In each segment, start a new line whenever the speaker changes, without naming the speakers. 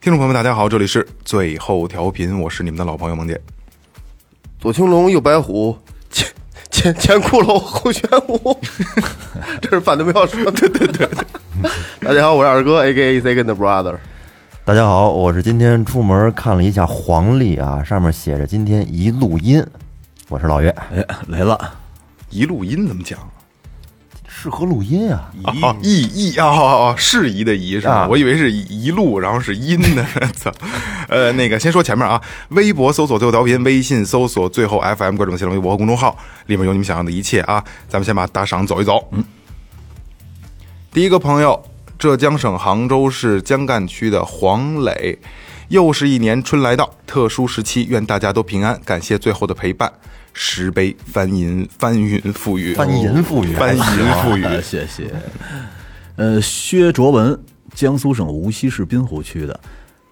听众朋友们，大家好，这里是最后调频，我是你们的老朋友萌姐。
左青龙，右白虎，前前前骷髅，后玄武， 这是反的不要说。对对对对。大家好，我是二哥，A K A Second Brother。
大家好，我是今天出门看了一下黄历啊，上面写着今天一录音，我是老岳，
哎，来了，
一录音怎么讲？
适合录音啊，
啊，一一啊啊啊，适宜的宜是吧？
啊
我以为是一路，然后是音 呢。操，呃，那个先说前面啊，微博搜索最后调频，微信搜索最后 FM 各种新浪微博和公众号，里面有你们想要的一切啊。咱们先把打赏走一走。嗯，第一个朋友，浙江省杭州市江干区的黄磊，又是一年春来到，特殊时期，愿大家都平安。感谢最后的陪伴。石碑翻云翻云覆雨，
翻云覆雨
翻云覆雨，
啊谢谢。呃，薛卓文，江苏省无锡市滨湖区的，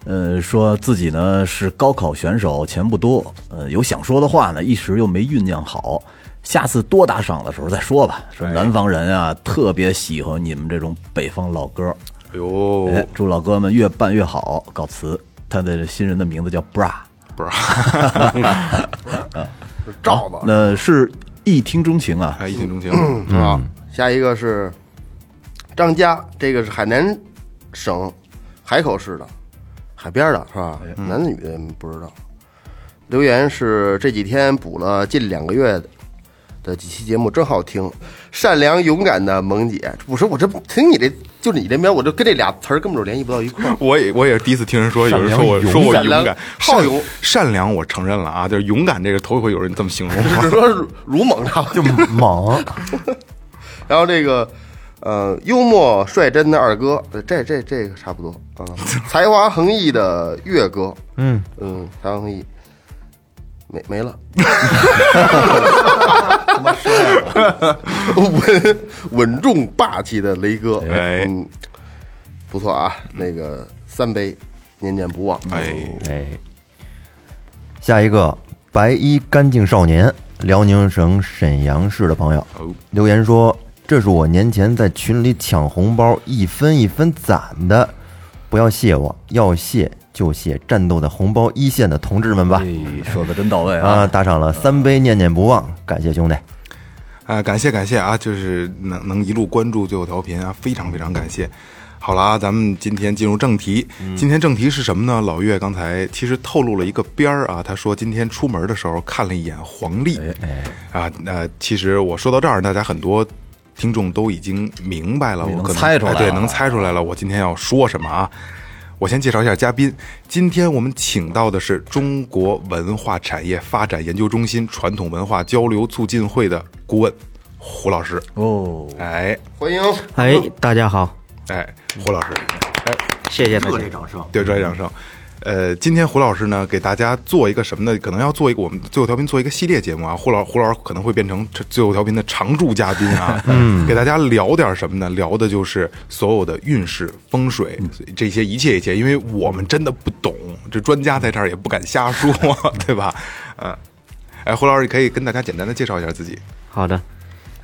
呃，说自己呢是高考选手，钱不多，呃，有想说的话呢，一时又没酝酿好，下次多打赏的时候再说吧。说南方人啊，特别喜欢你们这种北方老歌，
哎呦，
哎，祝老哥们越办越好。告辞，他的新人的名字叫 Bra，
不是，
罩子。
那是一听钟情啊，
哎，一见钟情
嗯
是吧？
下一个是张家，这个是海南省海口市的，海边的是吧？男的女的不知道。留言是这几天补了近两个月的几期节目，真好听。善良勇敢的萌姐，我说我这听你这就你这名，我就跟这俩词儿根本就联系不到一 块儿。
我也我也是第一次听人说有人说我
善良
说我勇
勇敢
敢，
善
善
良
善良，我承认了啊，就是勇敢这个头一回有人这么形容啊
只
我。
是说是如猛的，
就猛，
然后这个，呃，幽默率真的二哥，呃这这这个差不多啊。才华横溢的岳哥，嗯嗯，才华横溢，没没了。 稳稳重霸气的雷哥，
哎
嗯，不错啊，那个三杯，念念不忘。
哎，
哎，下一个白衣干净少年，辽宁省沈阳市的朋友留言说，这是我年前在群里抢红包一分一分攒的，不要谢我，要谢就谢战斗在红包一线的同志们吧。
哎，说的真到位
啊，
啊。
打赏了三杯，念念不忘，感谢兄弟。
啊，感谢感谢啊，就是能能一路关注最后调频啊，非常非常感谢。好了啊，咱们今天进入正题。今天正题是什么呢？老岳刚才其实透露了一个边儿啊，他说今天出门的时候看了一眼黄历，啊，那其实我说到这儿，大家很多听众都已经明白了，我
能
可能
猜出来
哎对，
了
能猜出来了，我今天要说什么啊？我先介绍一下嘉宾，今天我们请到的是中国文化产业发展研究中心传统文化交流促进会的顾问胡老师。
哦，
哎
欢迎，
哎，大家好，
哎，胡老师，
谢谢大家。掌声。
对，专业掌声。呃，今天胡老师呢，给大家做一个什么呢？可能要做一个我们最后调频做一个系列节目啊。胡老胡老师可能会变成这最后调频的常驻嘉宾啊。嗯，给大家聊点什么呢？聊的就是所有的运势、风水这些一切一切，因为我们真的不懂，这专家在这儿也不敢瞎说，对吧？嗯，哎，胡老师可以跟大家简单的介绍一下自己。
好的，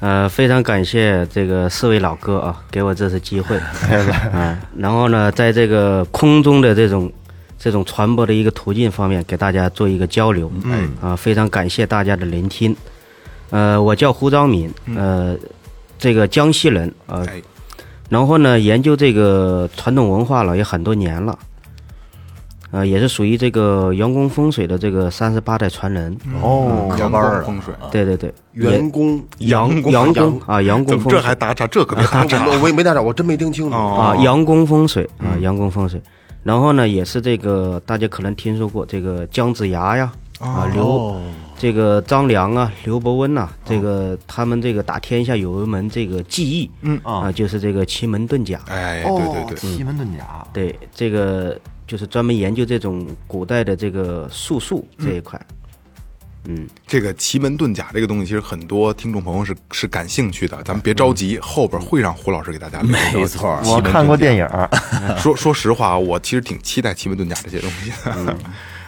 呃，非常感谢这个四位老哥啊，给我这次机会。嗯，然后呢，在这个空中的这种这种传播的一个途径方面，给大家做一个交流。嗯，啊，非常感谢大家的聆听。呃，我叫胡章敏，呃，这个江西人，呃，
哎，
然后呢，研究这个传统文化了也很多年了，呃，也是属于这个阳宫风水的这个三十八代传人。
哦
阳光风水，
对对对，
嗯员工，
也阳
宫
阳
阳
宫啊，阳
怎
宫
么
风
这
水
还打岔？这可别打 岔
我我也没带上，我真没听清楚。
哦嗯
啊，阳宫风水啊，阳宫风水。
哦
然后呢，也是这个大家可能听说过这个姜子牙呀，啊，刘这个张良啊、刘伯温呐、这个他们这个打天下有门这个技艺，嗯
哦
啊，就是这个奇门遁甲，
哎，对对对，
奇门遁甲，
对，这个就是专门研究这种古代的这个术数这一块。嗯，
这个奇门遁甲这个东西，其实很多听众朋友是是感兴趣的，咱们别着急，
嗯
后边会让胡老师给大家聊到
没错
奇门
我
遁甲
看过电影儿，
说说实话，我其实挺期待奇门遁甲这些东西的。
嗯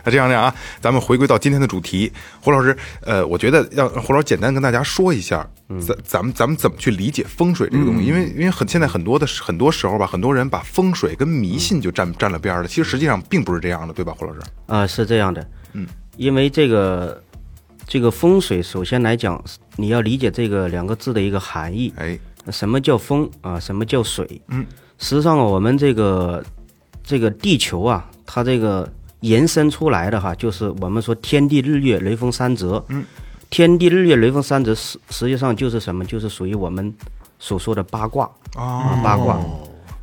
那这样这样啊，咱们回归到今天的主题，胡老师，呃，我觉得让胡老师简单跟大家说一下，
嗯
咱咱们咱们怎么去理解风水这个东西？因为因为很现在很多的很多时候吧，很多人把风水跟迷信
嗯
就占占了边儿了，其实实际上并不是这样的，对吧，胡老师？
啊、是这样的，嗯，因为这个这个风水，首先来讲，你要理解这个两个字的一个含义，
哎，
什么叫风啊？什么叫水？嗯，实际上啊我们这个这个地球啊，它这个延伸出来的哈，就是我们说天地日月雷风三折。嗯，天地日月雷风三折实实际上就是什么？就是属于我们所说的八卦啊，八卦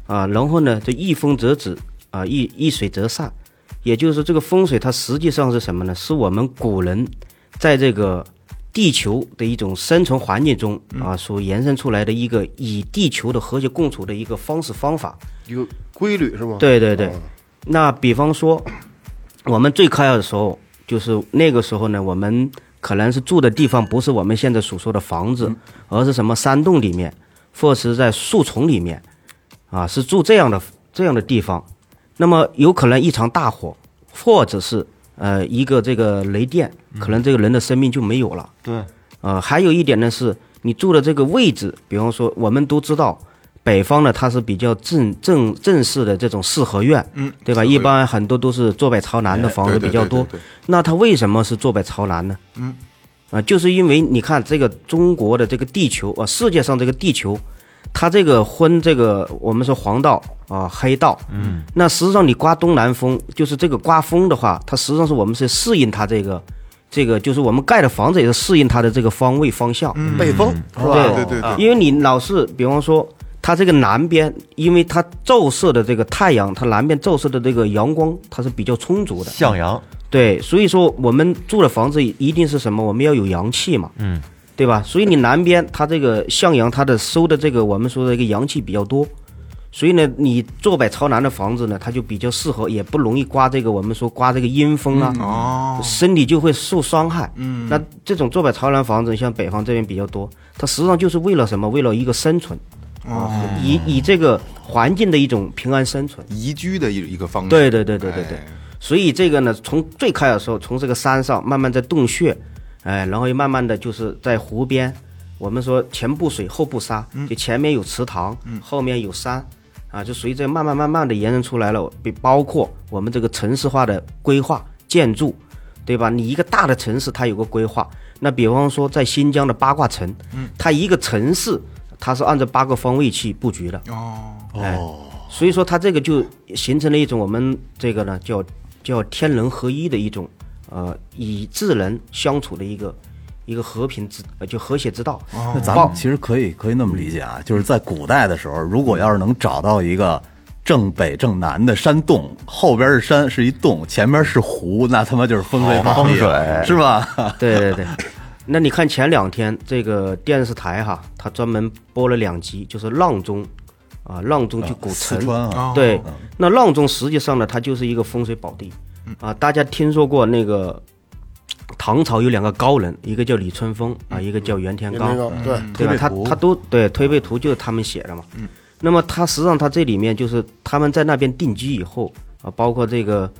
啊。然后呢，这一风则止啊，一一水则散，也就是说这个风水它实际上是什么呢？是我们古人在这个地球的一种生存环境中啊，所延伸出来的一个以地球的和谐共处的一个方式方法。
一个规律是吗？，
对对对，那比方说，我们最开始的时候，就是那个时候呢，我们可能是住的地方不是我们现在所说的房子，而是什么山洞里面，或是在树丛里面，啊，是住这样的这样的地方。那么有可能一场大火，或者是呃一个这个雷电，可能这个人的生命就没有了。
嗯
对，
呃，还有一点呢是，你住的这个位置，比方说我们都知道，北方呢它是比较正正正式的这种四合院，嗯，对吧？
四合院哎
一般很多都是坐北朝南的房子
对对
比较
对
多
对对。
那它为什么是坐北朝南呢？嗯，啊、就是因为你看这个中国的这个地球啊、世界上这个地球。它这个分这个我们说黄道啊、黑道，嗯，那实际上你刮东南风，就是这个刮风的话，它实际上是我们是适应它这个，这个就是我们盖的房子也是适应它的这个方位方向，嗯，
背风是吧？
对对对，
因为你老是，比方说，它这个南边，因为它照射的这个太阳，它南边照射的这个阳光，它是比较充足的。
向阳，
对，所以说我们住的房子一定是什么？我们要有阳气嘛，嗯，对吧？所以你南边它这个向阳，它的收的这个我们说的一个阳气比较多，所以呢，你坐北朝南的房子呢，它就比较适合，也不容易刮这个我们说刮这个阴风啊，
哦，
身体就会受伤害。嗯，那这种坐北朝南房子，像北方这边比较多，它实际上就是为了什么？为了一个生存，哦，以以这个环境的一种平安生存。
宜居的一一个方式，
对对对对对对
哎。
所以这个呢，从最开始的时候，从这个山上慢慢在洞穴，哎，然后又慢慢的就是在湖边，我们说前不水后不沙，就前面有池塘，后面有山，啊，就随着慢慢慢慢的延伸出来了，比包括我们这个城市化的规划建筑，对吧？你一个大的城市它有个规划，那比方说在新疆的八卦城，它一个城市它是按照八个方位去布局的，所以说它这个就形成了一种我们这个呢叫叫天人合一的一种，呃，以智人相处的一个一个和平之呃就和谐之道。
那咱们其实可以可以那么理解啊，就是在古代的时候，如果要是能找到一个正北正南的山洞，后边是山是一洞，前面是湖，那他妈就是风水宝地
风水
是吧？
对对对。那你看前两天这个电视台哈，它专门播了两集，就是阆中，啊，阆中就古
四
城，
川
哎
啊，
对，那阆中实际上呢，它就是一个风水宝地啊。大家听说过那个唐朝有两个高人，一个叫李春风啊，一个叫袁天
有
罡
嗯那。个对，
对吧？他他都对嗯推背图就是他们写的嘛。嗯。那么他实际上他这里面就是他们在那边定居以后啊，包括这个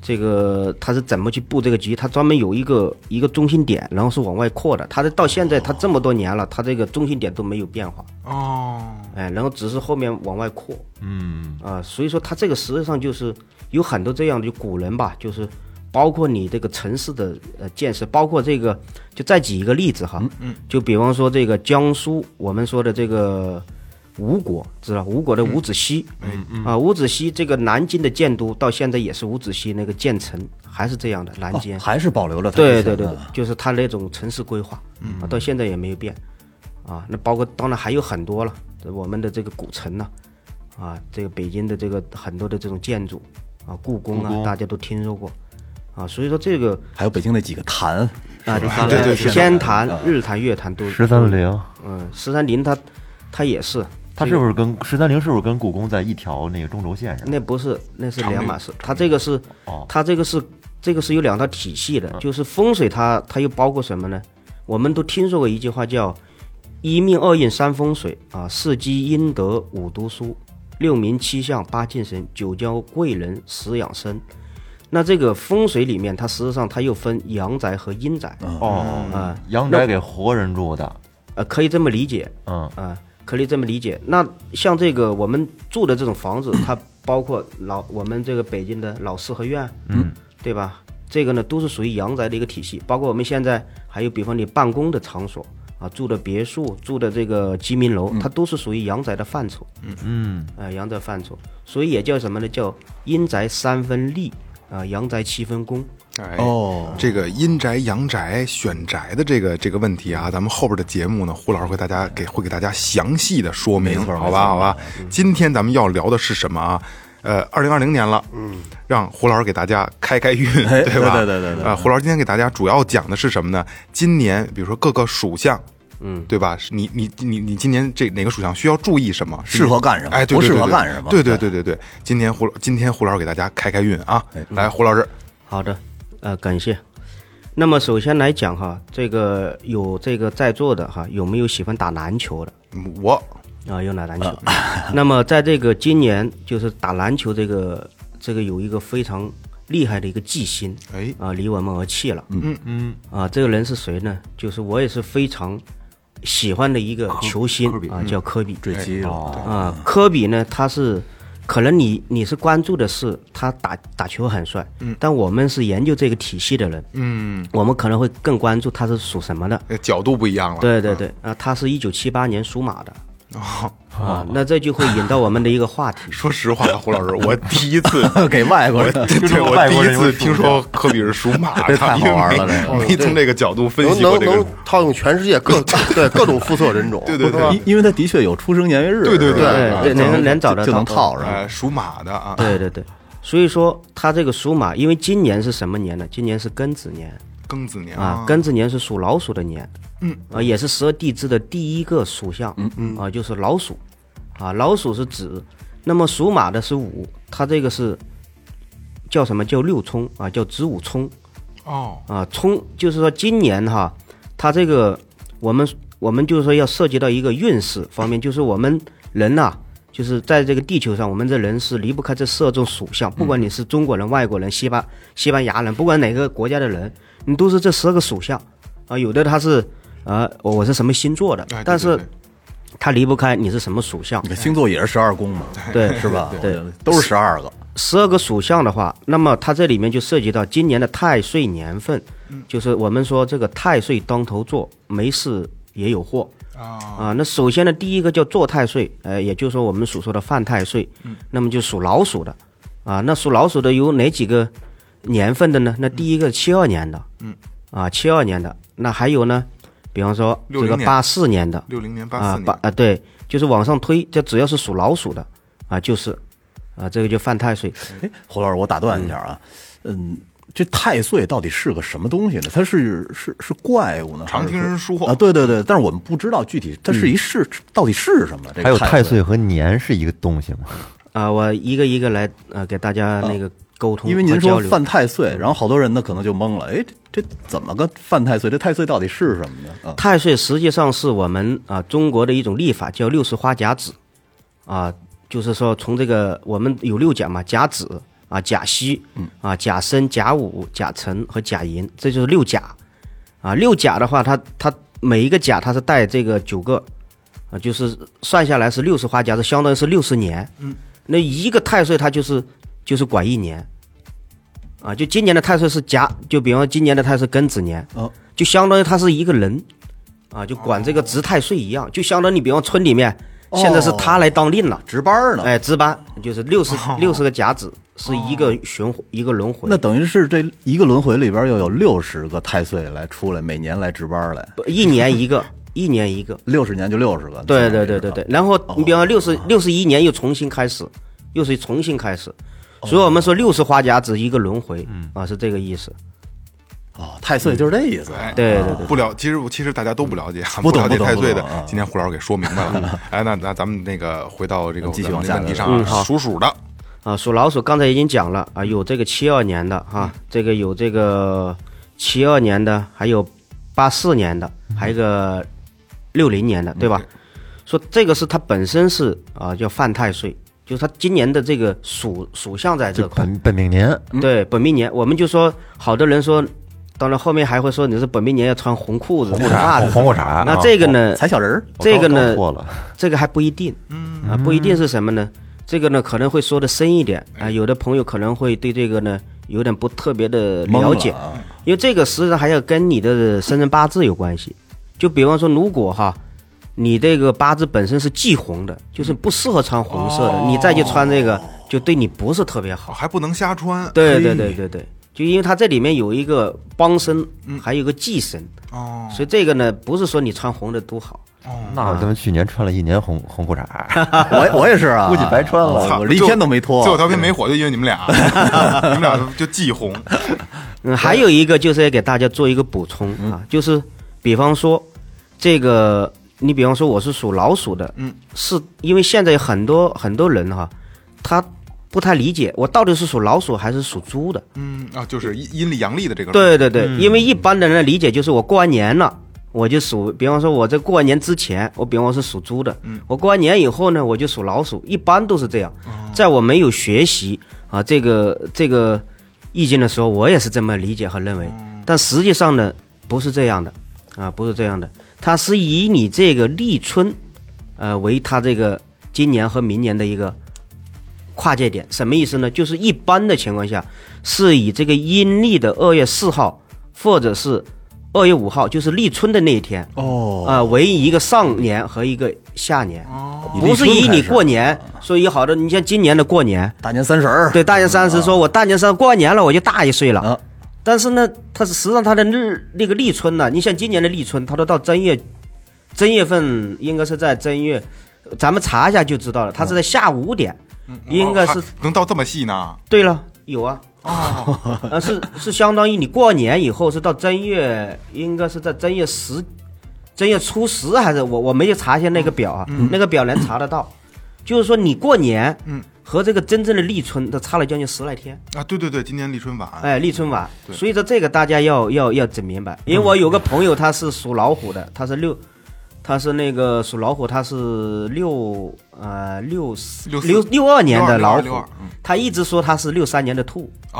这个他是怎么去布这个局，他专门有一个一个中心点，然后是往外扩的。他这到现在他这么多年了，他这个中心点都没有变化。
哦，
哎，然后只是后面往外扩，嗯啊，所以说它这个实际上就是有很多这样的就古人吧，就是包括你这个城市的呃建设，包括这个就再举一个例子哈，嗯，就比方说这个江苏我们说的这个吴国，知道吴国的伍子胥，嗯嗯啊，伍子胥这个南京的建都到现在也是伍子胥那个建成还是这样的南
哦
京，
还是保留
啊
了它
对
之前
对
的
对，对就是他那种城市规划，
嗯
啊，到现在也没有变，啊，那包括当然还有很多了，我们的这个古城呢、啊，这个北京的这个很多的这种建筑啊，故宫啊，大家都听说过，啊，所以说这个
还有北京那几个坛，
啊，就刚
对
才
对是的
天坛、日坛、月坛都
十三陵，
嗯，十三陵它它也是，
它是不是跟十三陵是不是跟故宫在一条那个中轴线上？
那不是，那是
长
两
命嗯
码事。它这个是
哦，
它这个是这个是有两套体系的，就是风水它它又包括什么呢？我们都听说过一句话叫“一命二运三风水”啊，四积阴德五读书，六名七相八敬神，九交贵人十养生。那这个风水里面，它实际上它又分阳宅和阴宅啊、
哦，阳宅给活人住的，
呃，可以这么理解。
嗯，
啊，可以这么理解。那像这个我们住的这种房 子，它包括老我们这个北京的老四合院，嗯，对吧？这个呢都是属于阳宅的一个体系，包括我们现在还有，比方你办公的场所啊，住的别墅，住的这个居民楼，它都是属于阳宅的范畴。嗯嗯，呃，阳宅范畴，所以也叫什么呢？叫阴宅三分立，啊、阳宅七分宫。
哎，
哦
这个阴宅阳宅选宅的这个这个问题啊，咱们后边的节目呢，胡老师会大家给会给大家详细的说明，好吧，好吧。
嗯
今天咱们要聊的是什么啊？呃，二零二零年了，嗯，让胡老师给大家开开运，
哎
对吧？
对对对对对
啊，胡老师今天给大家主要讲的是什么呢？今年比如说各个属相。嗯，对吧？是你你你你今年这哪个属相需要注意什么？
适合干什么
哎，对
不
对
适
对
合
对
干什么
对对对对对。今天胡今天胡老师给大家开开运啊！来，胡老师，
好的，呃，感谢。那么首先来讲哈，这个有这个在座的哈，有没有喜欢打篮球的
我
啊？有打篮球。 那么在这个今年，就是打篮球这个这个有一个非常厉害的一个巨星
哎，
啊，离我们而去了。嗯嗯。啊，这个人是谁呢？就是我也是非常喜欢的一个球星啊，叫科比。
坠机了，
啊，科比呢，他是可能你你是关注的是他打打球很帅，嗯，但我们是研究这个体系的人，嗯，我们可能会更关注他是属什么的。
呃角度不一样了。
对对对，啊，他是一九七八年属马的
哦，。
啊，那这就会引到我们的一个话题
说实话，胡老师，我第一次，
给 外国人
对我第一次听说科比是属马的，
这太好玩了
因为没没从这个角度分
能
析过
能
这个
能。套用全世界各 对各种肤色人种，
对对对
是吧
因因为他的确有出生年月 日，
对对
是吧
对
啊
对
就
能能找得
就能
到
套上。
哎，属马的啊，
对对对，所以说他这个属马，因为今年是什么年呢？今年是庚子年
庚子年
啊，庚子年是属老鼠的年，嗯，啊，也是十二地支的第一个属相，嗯嗯，啊，就是老鼠，啊，老鼠是子，那么属马的是午，它这个是叫什么叫六冲啊，叫子午冲
哦，
啊，冲就是说今年哈，它这个我们我们就是说要涉及到一个运势方面，就是我们人呐、就是在这个地球上，我们这人是离不开这四种属相。不管你是中国人、外国人、西班西班牙人，不管哪个国家的人，你都是这十二个属相啊。有的他是呃，我我是什么星座的
哎，对
但是
对
他离不开你是什么属相
你。看星座也是十二宫嘛，
哎
对，
是吧？
对，
都是十二个。
十二个属相的话，那么它这里面就涉及到今年的太岁年份，就是我们说这个太岁当头坐，没事也有祸。啊，那首先呢，第一个叫坐太岁，呃，也就是说我们所说的犯太岁，那么就属老鼠的，啊，那属老鼠的有哪几个年份的呢？那第一个七二年的，嗯，啊，七二年的，那还有呢，比方说这
60
个
年
八四年的，
六零年八
啊
四
八
年，
啊对，就是往上推，这只要是属老鼠的啊，就是啊这个就犯太岁。
哎，胡老师，我打断一下啊，嗯，这太岁到底是个什么东西呢？它是是是怪物呢？还
常
是
听人说
啊，对对对，但是我们不知道具体它是一是、到底是什么。这个
还有太
岁
岁，和年是一个东西吗？
啊，我一个一个来呃给大家那个沟通
因为
和
您
交
说
流。
犯太岁，
嗯
然后好多人呢可能就懵了，哎，这这怎么个犯太岁？这太岁到底是什么呢？啊，
太岁实际上是我们啊中国的一种历法，叫六十花甲子，啊，就是说从这个我们有六甲嘛，甲子啊、甲戌啊、甲申、甲午、甲辰和甲寅，这就是六甲。啊，六甲的话，它它每一个甲它是带这个九个，啊，就是算下来是六十花甲，是相当于是六十年。嗯，那一个太岁它就是就是管一年。啊，就今年的太岁是甲，就比方说今年的太岁庚子年，
哦
就相当于他是一个人，啊，就管这个值太岁一样，就相当于你比方村里面现在是他来当令了，
哦值班呢？哦
哎，值班就是六十六十个甲子是一个循环一个轮回。
那等于是这一个轮回里边又有六十个太岁来出来，每年来值班来，
不一年一个，一年一个。
六十年就六十个。
对对对对对。然后你比方六十六十一年又重新开始，又是重新开始，所以我们说六十花甲只一个轮回，啊，是这个意思。
哦，太岁就是这意思。
嗯
哎
对对对
不了，其实我其实大家都不了解，
不懂
了解
不懂
太岁
不懂
的
啊，嗯
今天胡老师给说明白了。哎，那那咱们那个回到这个
继续
咱们
往
这
下
问题上啊
聊
嗯好
属鼠的，
啊，属老鼠刚才已经讲了啊，有这个七二年的哈、这个有这个七二年的，还有八四年的，还有一个六零年的，对吧？说这个是它本身是啊叫犯太岁，就是它今年的这个属属相在这
就
块，
本本命年，
对本命年，我们就说好多人说，当然后面还会说你是本命年要穿红裤子、红袜子，
黄裤衩。
那这
啊
个呢，
踩小人儿，
这个呢
我刚刚错了，
这个还不一定，啊，不一定是什么呢？这个呢可能会说的深一点啊，有的朋友可能会对这个呢有点不特别的
懵
了解，
啊
因为这个实际上还要跟你的生辰八字有关系。就比方说，如果哈，你这个八字本身是忌红的，就是不适合穿红色的，你再去穿这个，就对你不是特别
哦
好。
还不能瞎穿。
对对对对对，就因为它这里面有一个帮身，还有一个忌神，
哦，
所以这个呢不是说你穿红的都好。嗯
那我他妈去年穿了一年红红裤衩，
我我也是 啊，
估计白穿了。
我
操
我一天都没脱。
最后调频没火，就因为你们俩，啊你们俩就忌红。
嗯，还有一个就是要给大家做一个补充啊，就是比方说这个，你比方说我是属老鼠的，嗯，是因为现在有很多很多人哈、他不太理解我到底是属老鼠还是属猪的。
嗯啊，就是阴阴历阳历的这个。
对对对，因为一般的人的理解就是我过完年了。我就属，比方说，我在过完年之前，我比方我是属猪的，我过完年以后呢，我就属老鼠，一般都是这样。在我没有学习啊这个这个易经的时候，我也是这么理解和认为，但实际上呢，不是这样的，啊，不是这样的，它是以你这个立春，呃，为它这个今年和明年的一个跨界点，什么意思呢？就是一般的情况下，是以这个阴历的二月四号或者是二月五号，就是立春的那一天，
哦，
啊、为一个上年和一个下年，不是
立
以
春开
你
始
过年，所以好的，你像今年的 过年，
大年三十儿，
对大年三十说，我大年三十过完年了，我就大一岁了。
啊
但是呢，它是实际上它的日那个立春呢，你像今年的立春，它都到正月，正月份应该是在正月，咱们查一下就知道了，它是在下午五点，
嗯
应该是
哦还能到这么细呢。
对了，有啊，
哦，
啊，是是相当于你过完年以后是到正月，应该是在正月十，正月初十还是我我没去查一下那个表啊，那个表能查得到，就是说你过年，
嗯，
和这个真正的立春，它差了将近十来天，
啊，对对对，今年立春晚。
哎，立春晚，
啊对
所以说这个大家要要要整明白，因为我有个朋友他是属老虎的，他是六。他是那个属老虎，他是六呃六四
六四
六六二年的
62
老虎
62嗯，
他一直说他是六三年的兔，
哦，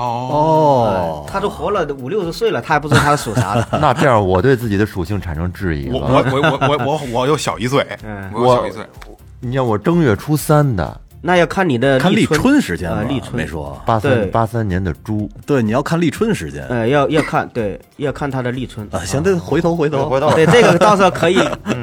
哦，
他都活了五六十岁了，他还不知道他是属啥的
那这样我对自己的属性产生质疑
我
了。
我我我我我我又小一岁，
嗯
我又小一岁。
你看我正月初三的
那要看你的
看立春时间吧
呃，立春
没说。啊
八三
对
八三年的猪，
对，你要看立春时间
呃，要要看对，要看他的立春。呃
啊。嗯行，这回头回头
回头
对，这个到时候可 以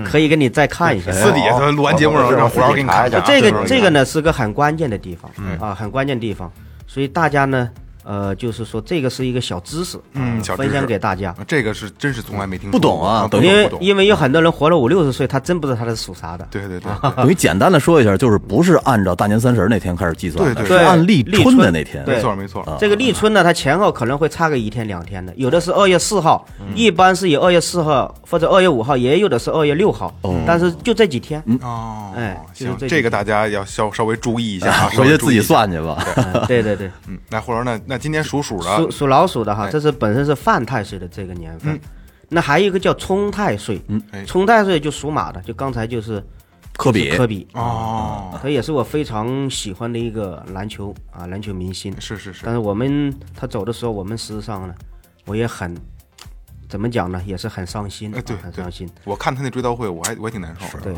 可以给你再看一下。呃
私底下咱录完节目
我我
让胡老师
我
给你看一下啊。
这
到时候
个
给
这
你
个
看，
呢是个很关键的地方
嗯
啊，很关键地方，所以大家呢，呃，就是说这个是一个小知识，
嗯
啊
小知识
分享给大家，
啊这个是真是从来没听
不懂
说过
啊
不懂
因为
不懂。
因为有很多人活了五六十岁，他真不知道他是属啥的。
对对对，
等于简单的说一下，就是不是按照大年三十那天开始计算的，
对
是
对
按立
立
春的
春
那天。
对
没错没错。
啊
这个立春呢，它前后可能会差个一天两天的，有的是二月四号，
嗯
一般是以二月四号或者二月五号，也有的是二月六号，
哦
但是就这几天。
嗯
哦，
哎就是
行，
这
这
几
个
天
大家要稍稍微注意一下啊，稍
回
微
去
注
自
意
己
一下。
算去吧。
嗯 对对对，
嗯，那或者那那今年属鼠
属
的，
属老鼠的哈，
哎嗯
这是本身是犯太岁的这个年份。那还有一个叫冲太岁，
哎
冲太岁就属马的，就刚才就是
嗯科比啊
科比，
哦，
他也是我非常喜欢的一个篮球啊篮球明星。
是是是
但，是我们他走的时候，我们事实上呢，我也很怎么讲呢，也是很伤心，
哎对
啊很
对
伤心。
我看他那追悼会，我还我还挺难受的。
对，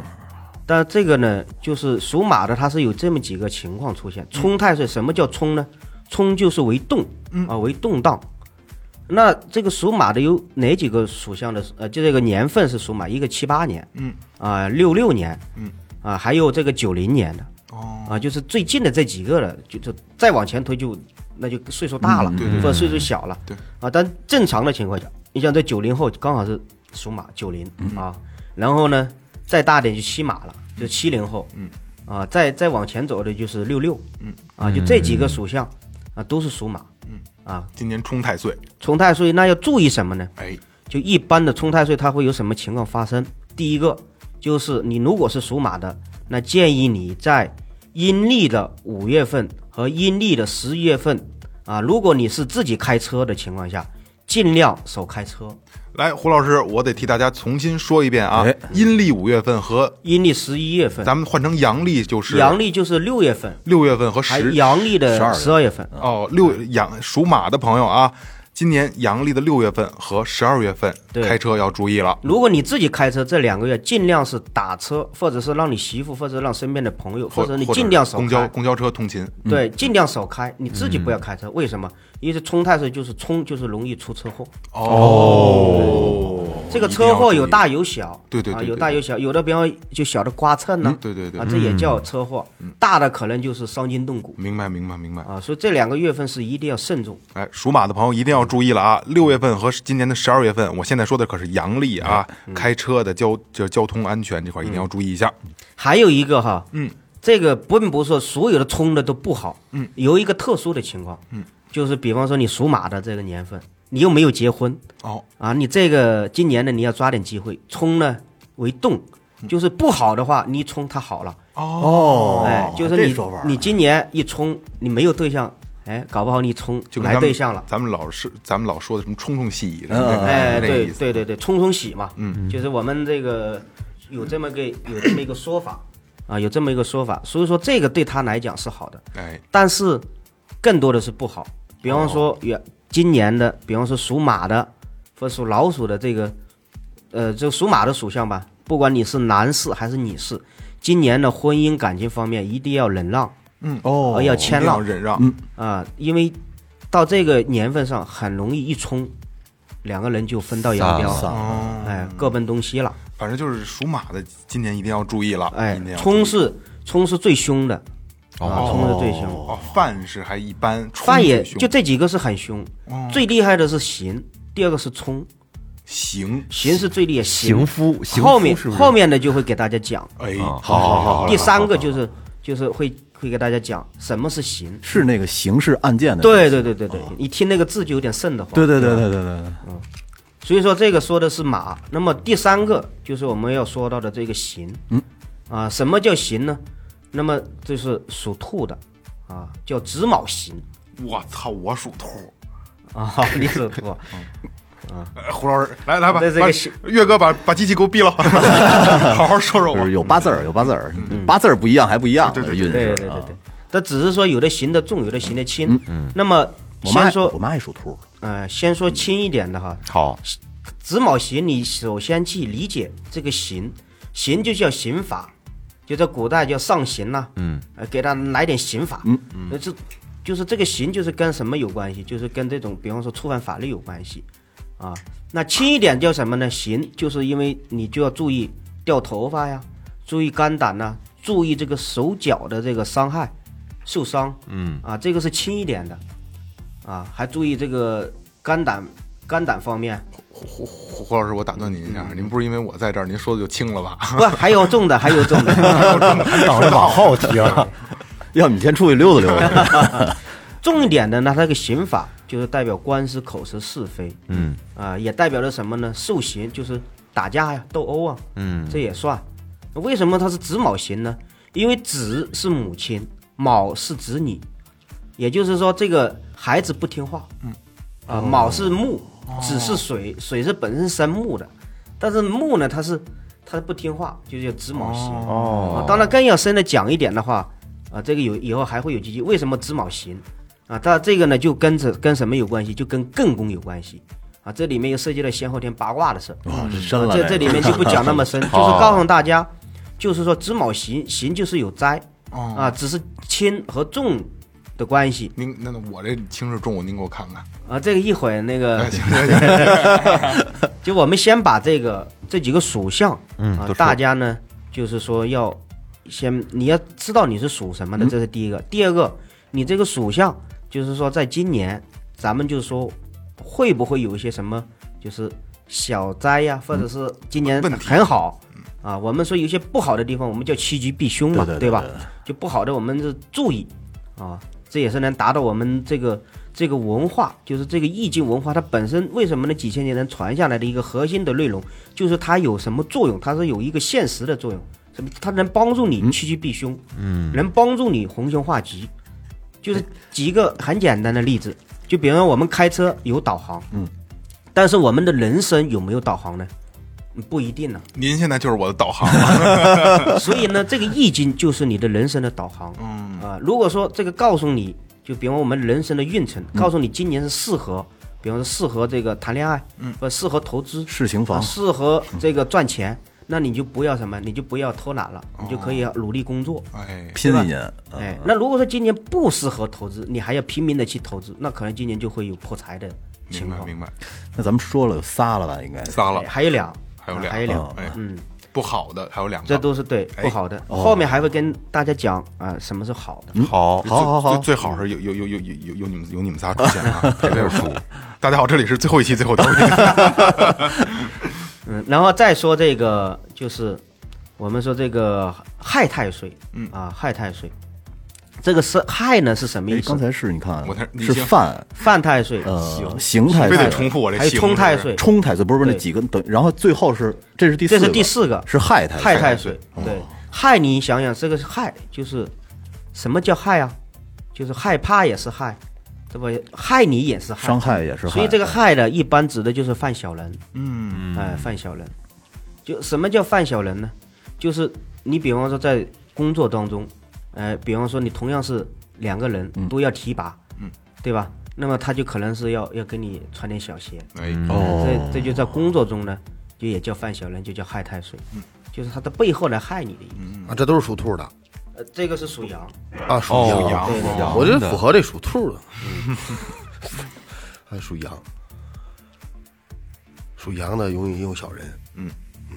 但这个呢，就是属马的，它是有这么几个情况出
嗯
现。冲太岁，什么叫冲呢？冲就是为动，
嗯
啊，为动荡。那这个属马的有哪几个属相的？呃，就这个年份是属马，一个七八年，
嗯，
啊，六六年，
嗯，
啊，还有这个九零年的，
哦，
啊，就是最近的这几个了，就就再往前推就那就岁数大了，
嗯对对
或者岁数小了，
对
啊，但正常的情况下，你像这九零后刚好是属马九零
嗯
啊，然后呢再大点就骑马了，就七零后，
嗯，
啊，再再往前走的就是六六，
嗯，
啊，就这几个属相，啊，都是属马。嗯啊，
今年冲太岁，
冲太岁那要注意什么呢？
哎，
就一般的冲太岁，它会有什么情况发生？第一个就是你如果是属马的，那建议你在阴历的五月份和阴历的十一月份啊，如果你是自己开车的情况下，尽量少开车。
来，胡老师，我得替大家重新说一遍啊
哎，
阴历五月份和
阴历十一月份，
咱们换成阳历就是
阳哎历就是六月份，
六月份和
还
十
阳历的十二月份。
哦，六阳属马的朋友啊，今年阳历的六月份和十二月份
对
开车要注意了。
如果你自己开车，这两个月尽量是打车，或者是让你媳妇，或者让身边的朋友，或者你
是
尽量少
公交
开。
公交车通勤，
对，尽量少开，你自己不要开车。为什么？因为冲太岁就是冲，就是容易出车祸。
哦，
这个车祸有
一
大有小，
对对对
啊，
对
有大有小，有的比方就小的刮蹭
定要注意，
呐
嗯，嗯对对对
啊，，这也叫车祸。大的可能就是伤筋动骨
明白明白明白。
啊，所以这两个月份是一定要慎重。
哎，属马的朋友一定要注意了啊！六月份和今年的十二月份，我现在说的可是阳历啊，
嗯
开车的交就交通安全这块一定要注意一下。
还有一个哈，嗯，这个并不是说所有的冲的都不好，嗯，有一个特殊的情况，嗯，就是比方说你属马的这个年份，你又没有结婚
哦，
啊，你这个今年呢，你要抓点机会，冲呢为动，就是不好的话，你一冲它好了，
哦
哎，就是
这
你
说法儿
你今年一冲，你没有对象，哎，搞不好你一冲
就跟咱
来
们
对象了。
咱们老是咱们老说的什么冲冲戏，
嗯嗯嗯
哎，
啊那个
对
意思
对对对，冲冲喜嘛，嗯，就是我们这个有这么个有这么一个说法啊，有这么一个说法，所以说这个对他来讲是好的，
哎，
但是更多的是不好。比方
哦
说原今年的，比方说属马的或属老鼠的这个，呃，就属马的属相吧，不管你是男士还是女士，今年的婚姻感情方面一定要忍让
哦
呃要
一定
谦
要
让
忍让。
啊、因为到这个年份上很容易一冲，两个人就分道扬镳了。
哦，
哎，各奔东西了。
反正就是属马的今年一定要注意了。
哎
一定，要注意
冲是冲是最凶的，啊，冲是最凶。
哦，犯是还一般，冲
犯也
最凶
就这几个是很凶，最厉害的是刑，第二个是冲，
行。
刑是最厉害。
行夫，行
后
夫
面
是不是
后面的就会给大家讲。
哎，好好好好，
第三个就是就是会会给大家讲什么是刑。
是那个刑事案件的，
对对对对
哦
对，你听那个字就有点瘆得慌。
对对对对对对对，
所以说这个说的是马。那么第三个就是我们要说到的这个刑，嗯，啊，什么叫刑呢？那么就是属兔的，啊，叫子卯刑
我操，我属兔。
啊， 你属兔，
哎胡老师，来来吧，
这这个
把
是
岳哥把把机器给我 毙了，好好说说
就是
我。
有八字儿，有八字儿，八字儿不一样还不一样，
对对对
运势
嗯对对对对对，但只是说有的刑的重，有的刑的轻。嗯，那么
我妈
先
爱
说
我，妈爱属兔，
呃，先说轻一点的哈，
好，
子卯刑，你首先去理解这个刑，刑就叫刑法，就在古代叫上刑呐、嗯，呃，给他来点刑法，嗯嗯，这就是这个刑就是跟什么有关系？就是跟这种，比方说触犯法律有关系，啊，那轻一点叫什么呢？刑就是因为你就要注意掉头发呀，注意肝胆呐、注意这个手脚的这个伤害、受伤，嗯，啊，这个是轻一点的，啊，还注意这个肝胆肝胆方面。
胡胡胡老师，我打断您一下，您不是因为我在这儿，您说的就轻了吧？
不，还有重的，还有重的，
挡着往后停，
要不你先出去溜达溜达。
重一点的呢，它这个刑法就是代表官司、口舌、是非，嗯，啊、也代表着什么呢？受刑就是打架呀、斗殴啊，嗯，这也算。为什么它是子卯刑呢？因为子是母亲，卯是子女，也就是说这个孩子不听话，嗯，哦啊、卯是木，子是水，水是本身生木的，但是木呢，它是它不听话，就叫子卯刑。哦、当然更要深的讲一点的话，啊，这个有以后还会有几句。为什么子卯刑？啊，它这个呢就跟着跟什么有关系？就跟艮宫有关系。啊，这里面又涉及到先后天八卦的事儿。啊
哇，嗯这深了，
这这里面就不哦讲那哦么深，就是告诉大家，就是说子卯刑，刑就是有灾，啊，只是轻和重的关系
您那那我这轻是重，您给我看看。
啊。这个一会儿那个
哎， 行行行，
就我们先把这个这几个属相，嗯啊
都，说
大家呢就是说要先你要知道你是属什么的，这是第一个。第二个，你这个属相就是说在今年，咱们就说会不会有一些什么就是小灾呀，或者是今年
问题
很好。啊，我们说有一些不好的地方，我们叫趋吉避凶嘛，
对对对
嗯吧
对？
就不好的，我们是注意啊，这也是能达到我们这个这个文化，就是这个易经文化它本身为什么呢？几千年能传下来的一个核心的内容，就是它有什么作用？它是有一个现实的作用，什么？它能帮助你趋吉避凶，嗯，能帮助你逢凶化吉。就是举一个很简单的例子，就比如说我们开车有导航，嗯，但是我们的人生有没有导航呢？不一定呢、
您现在就是我的导航了，
所以呢，这个易经就是你的人生的导航。嗯啊、如果说这个告诉你，就比方我们人生的运程，
嗯
告诉你今年是适合，比方说适合这个谈恋爱，嗯，不适合投资，
事情
啊
房
适合
嗯
这个赚钱，那你就不要什么，你就不要偷懒了，
哦
你就可以啊努力工作。
哎，
拼一年，呃
哎，那如果说今年不适合投资，你还要拼命的去投资，那可能今年就会有破财的情
明白
况。
明白，
那咱们说了有仨了吧？应该是
撒了
哎，还有俩，
还有
啊
俩，
还有俩，
哎，不好的还有两个，
这都是对
哎
不好的。后面还会跟大家讲啊，什么是好的。
好，
好好好
最最好是有有有有有有有你们有你们仨出现啊，这本书。 大家好，这里是最后一期最后调频，
嗯，然后再说这个就是我们说这个亥太岁，嗯啊，亥太岁，这个是亥呢是什么
哎
意思？
刚才是你看
我才，你
是
先
犯
犯太岁，
呃刑太
非
岁
得重复我这
还有
形容
冲太
是不
岁
是，
冲太岁，不是不是那
对
几个等，然后最后是这是第四
这
个，
是第四个
是害太
亥
岁，
太岁。对，亥你想想这个是亥就是什么叫亥啊？就是害怕也是害，对吧？害你也是害，
伤害也是害。
所以这个害呢，一般指的就是犯小人。嗯，哎，犯小人，就什么叫犯小人呢？就是你比方说在工作当中，呃，比方说你同样是两个人都要提拔，嗯，对吧？那么他就可能是要要给你穿点小鞋，
哎，
哦
这这就在工作中呢，就也叫犯小人，就叫害太岁，就是他的背后来害你的意思。
啊，这都是属兔的
呃，这个是属羊，
嗯
啊，属
哦
羊，
羊
对
我觉得符合这属 兔的，还哎属羊，属羊的容易用小人，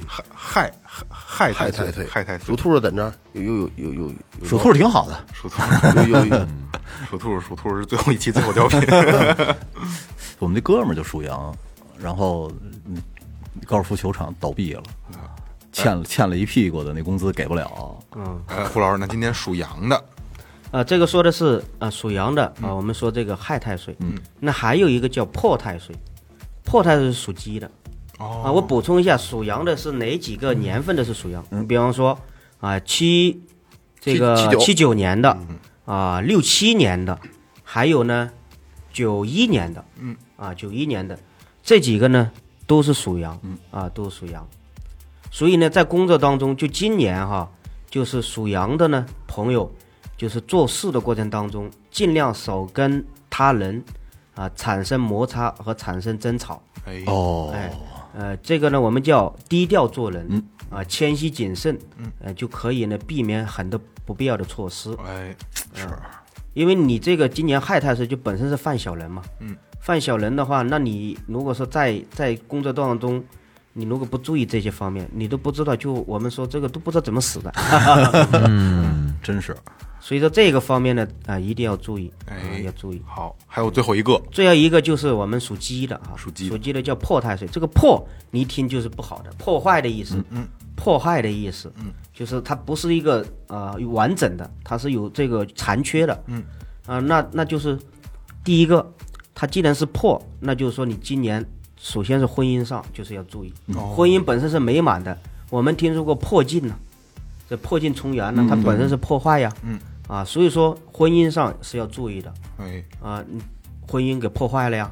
害害害
害太
岁，
岁，
害太岁
属，兔的怎着？有有有有有
属兔儿挺好的，
属兔，
有有 有，
属兔，属兔是最后一期最后调频。
我们这哥们儿就属羊，然后嗯高尔夫球场倒闭了，欠了欠了一屁股的那工资给不了，
嗯，
呃，胡老师，那今天属羊的，
啊，这个说的是啊属羊的啊，我们说这个亥太岁，嗯，那还有一个叫破太岁，破太岁是属鸡的，
哦
啊，我补充一下，属羊的是哪几个年份的是属羊？你比方说啊七这
七
个
七九
七九年的啊六七年的，还有呢九一年的，嗯啊九一年的这几个呢都是属羊，嗯啊都是属羊，所以呢在工作当中，就今年哈，就是属羊的呢朋友。就是做事的过程当中，尽量少跟他人啊产生摩擦和产生争吵。
哎，
哦
哎，呃，这个呢，我们叫低调做人，啊，谦虚谨慎，嗯，呃，就可以呢避免很多不必要的措施。
哎，
因为你这个今年害太岁就本身是犯小人嘛，嗯，犯小人的话，那你如果说在在工作当中，你如果不注意这些方面，你都不知道，就我们说这个都不知道怎么死的，
真是
所以说这个方面呢，啊、一定要注意，啊、
哎
要注意。
好，还有最后一个，
最后一个就是我们属鸡的啊，
属鸡的
属鸡的叫破太岁。这个破你一听就是不好的，破坏的意思，嗯，破坏的意思，嗯，就是它不是一个呃完整的，它是有这个残缺的，嗯，啊、那那就是第一个，它既然是破，那就是说你今年首先是婚姻上就是要注意，婚姻本身是美满的，我们听说过破镜呢、这破镜重圆呢，它本身是破坏呀，嗯，啊，所以说婚姻上是要注意的，
哎，
啊，你婚姻给破坏了呀，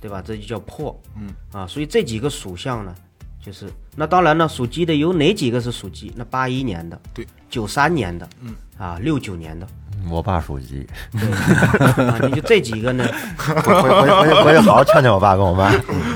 对吧？这就叫破。嗯啊，所以这几个属相呢，就是那当然呢，属鸡的有哪几个是属鸡？那八一年的，
对，
九三年的，嗯啊，六九年的，
我爸属鸡，
啊，你就这几个呢。
回回回去回去好好劝劝我爸跟我 妈。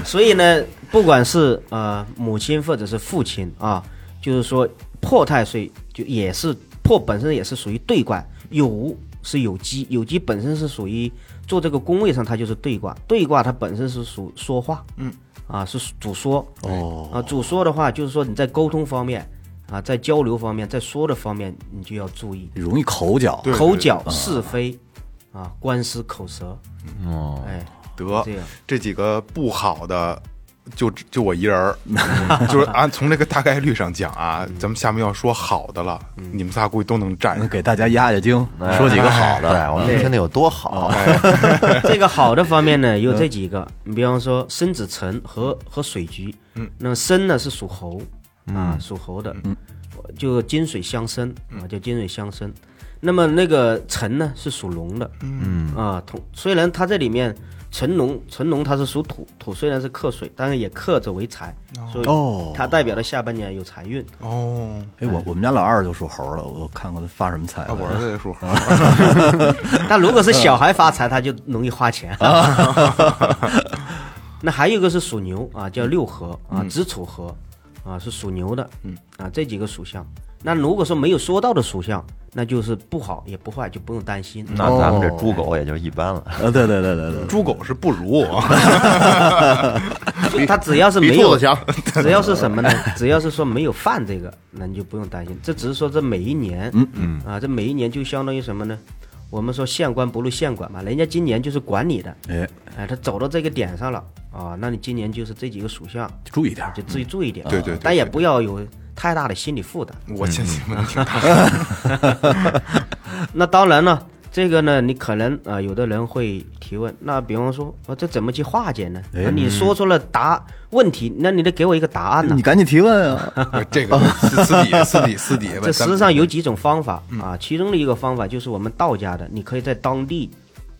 所以呢，不管是呃母亲或者是父亲啊，就是说破太岁就也是破本身也是属于兑冠，有无是有机，有机本身是属于做这个宫位上它就是兑卦，兑卦它本身是属说话，嗯，啊是主说哦啊主说的话就是说你在沟通方面啊，在交流方面，在说的方面你就要注意
容易口角，
对
口角是非啊官司口舌
哦，
哎
得
这样
这几个不好的就就我一人儿， 就是按从这个大概率上讲啊，咱们下面要说好的了，你们仨估计都能站上。
给大家压压惊，说几个好
对，
的。
哎我们听的有多
哦
好，啊
这个好的方面呢，有这几个，你比方说申子辰和和水局，嗯，那申呢是属猴啊，属猴的，就金水相生啊，就金水相生。那么那个辰呢是属龙的，嗯啊，同虽然它这里面辰龙辰龙它是属土，土虽然是克水，但是也克着为财，所
哦
以它代表了下半年有财运。
哦，
哎，我我们家老二就属猴了，我看过他发什么财
啊。
哦
我儿子也属猴，
但如果是小孩发财，他就容易花钱。 那还有一个是属牛啊，叫六合啊，子丑合啊，是属牛的。嗯啊，这几个属相。那如果说没有说到的属相，那就是不好也不坏，就不用担心。
那咱们这猪狗也就一般了。
呃，对对对对对，
猪狗是不如我。
就他只要是没
比兔
有
子强，
只要是什么呢？只要是说没有犯这个，那你就不用担心。这只是说这每一年，嗯嗯啊，这每一年就相当于什么呢？我们说县官不入县管嘛，人家今年就是管你的，
哎，
哎，他走到这个点上了啊，那你今年就是这几个属相，
注意点儿
就。自己注意点。
对对对
但也不要有太大的心理负担。
我这你们挺大，
那当然了，这个呢，你可能啊、呃有的人会提问，那比方说，啊，这怎么去化解呢？那你说出了答问题，那你得给我一个答案呢
你。赶紧提问啊！
这个私私底私底私底吧。
这
咱
实
们
际上有几种方法啊，其中的一个方法就是我们道家的，你可以在当地，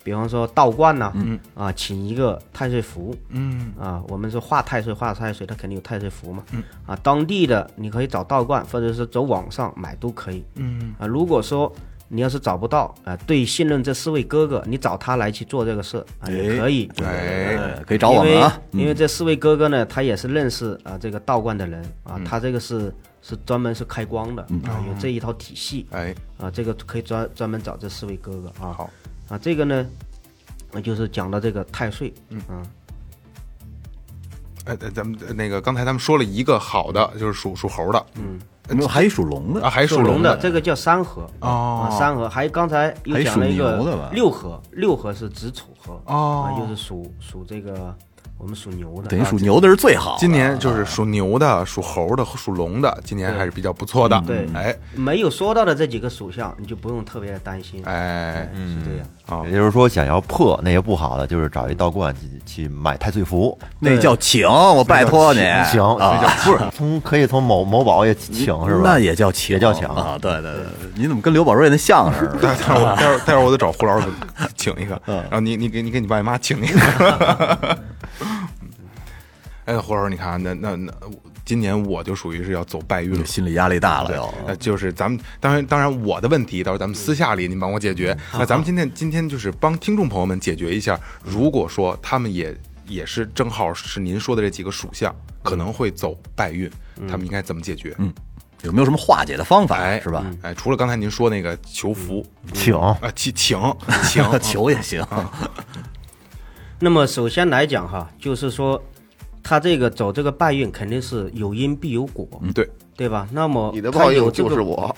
比方说道观呐、啊，请一个太岁符，嗯，啊，我们说画太岁，画太岁，它肯定有太岁符嘛，啊，当地的你可以找道观，或者是走网上买都可以，嗯，啊，如果说你要是找不到啊，对信任这四位哥哥，你找他来去做这个事啊，也可以，
哎，
哎，可以找我们啊！
因为因为这四位哥哥呢，他也是认识啊这个道观的人啊，
嗯
他这个是是专门是开光的啊，有这一套体系
哎，
啊，这个可以专专门找这四位哥哥啊。
好
啊，这个呢，那就是讲到这个太岁，嗯啊，
哎，咱们那个刚才他们说了一个好的，就是属属猴的，嗯
没有还有属龙
啊，
的，
还属
龙
的，
这个叫三合
哦
啊，三合还刚才又
还
讲了一
属牛的吧
个六合，六合是子丑合
哦
啊，又是属属这个我们属牛的，啊
等于属牛的是最好的。
今年就是属牛的、属猴的和属龙的，今年还是比较不错的。
嗯对
嗯
哎
没有说到的这几个属相，你就不用特别担心，
哎，
是这样。
哦
也就是说，想要破那些不好的，就是找一道观去去买太岁符，
那叫请，我拜托你，
行，
啊，嗯
不是从可以从某某宝也请是吧？
那也叫请，
也叫请
啊！对对对，你怎么跟刘宝瑞那相 声 似的？
待待会儿待会儿待会儿我得找胡老师请一个，
嗯
然后你你给你给你爸你妈请一个。 哎，胡老师，你看啊那那那，今年我就属于是要走败运了。
心理压力大了又。
呃，就是咱们当然当然我的问题，到时候咱们私下里您帮我解决。
嗯
那咱们今天今天就是帮听众朋友们解决一下，如果说他们也也是正好是您说的这几个属相，可能会走败运，他们应该怎么解决？嗯，
有没有什么化解的方法
哎，
是吧？？嗯
哎，除了刚才您说那个求福
请
啊，请请 请
求也行，
那么首先来讲哈，就是说，他这个走这个败运肯定是有因必有果，
对，
对吧？那么
嗯你的
他
报
有
应
这
就是
个，
我。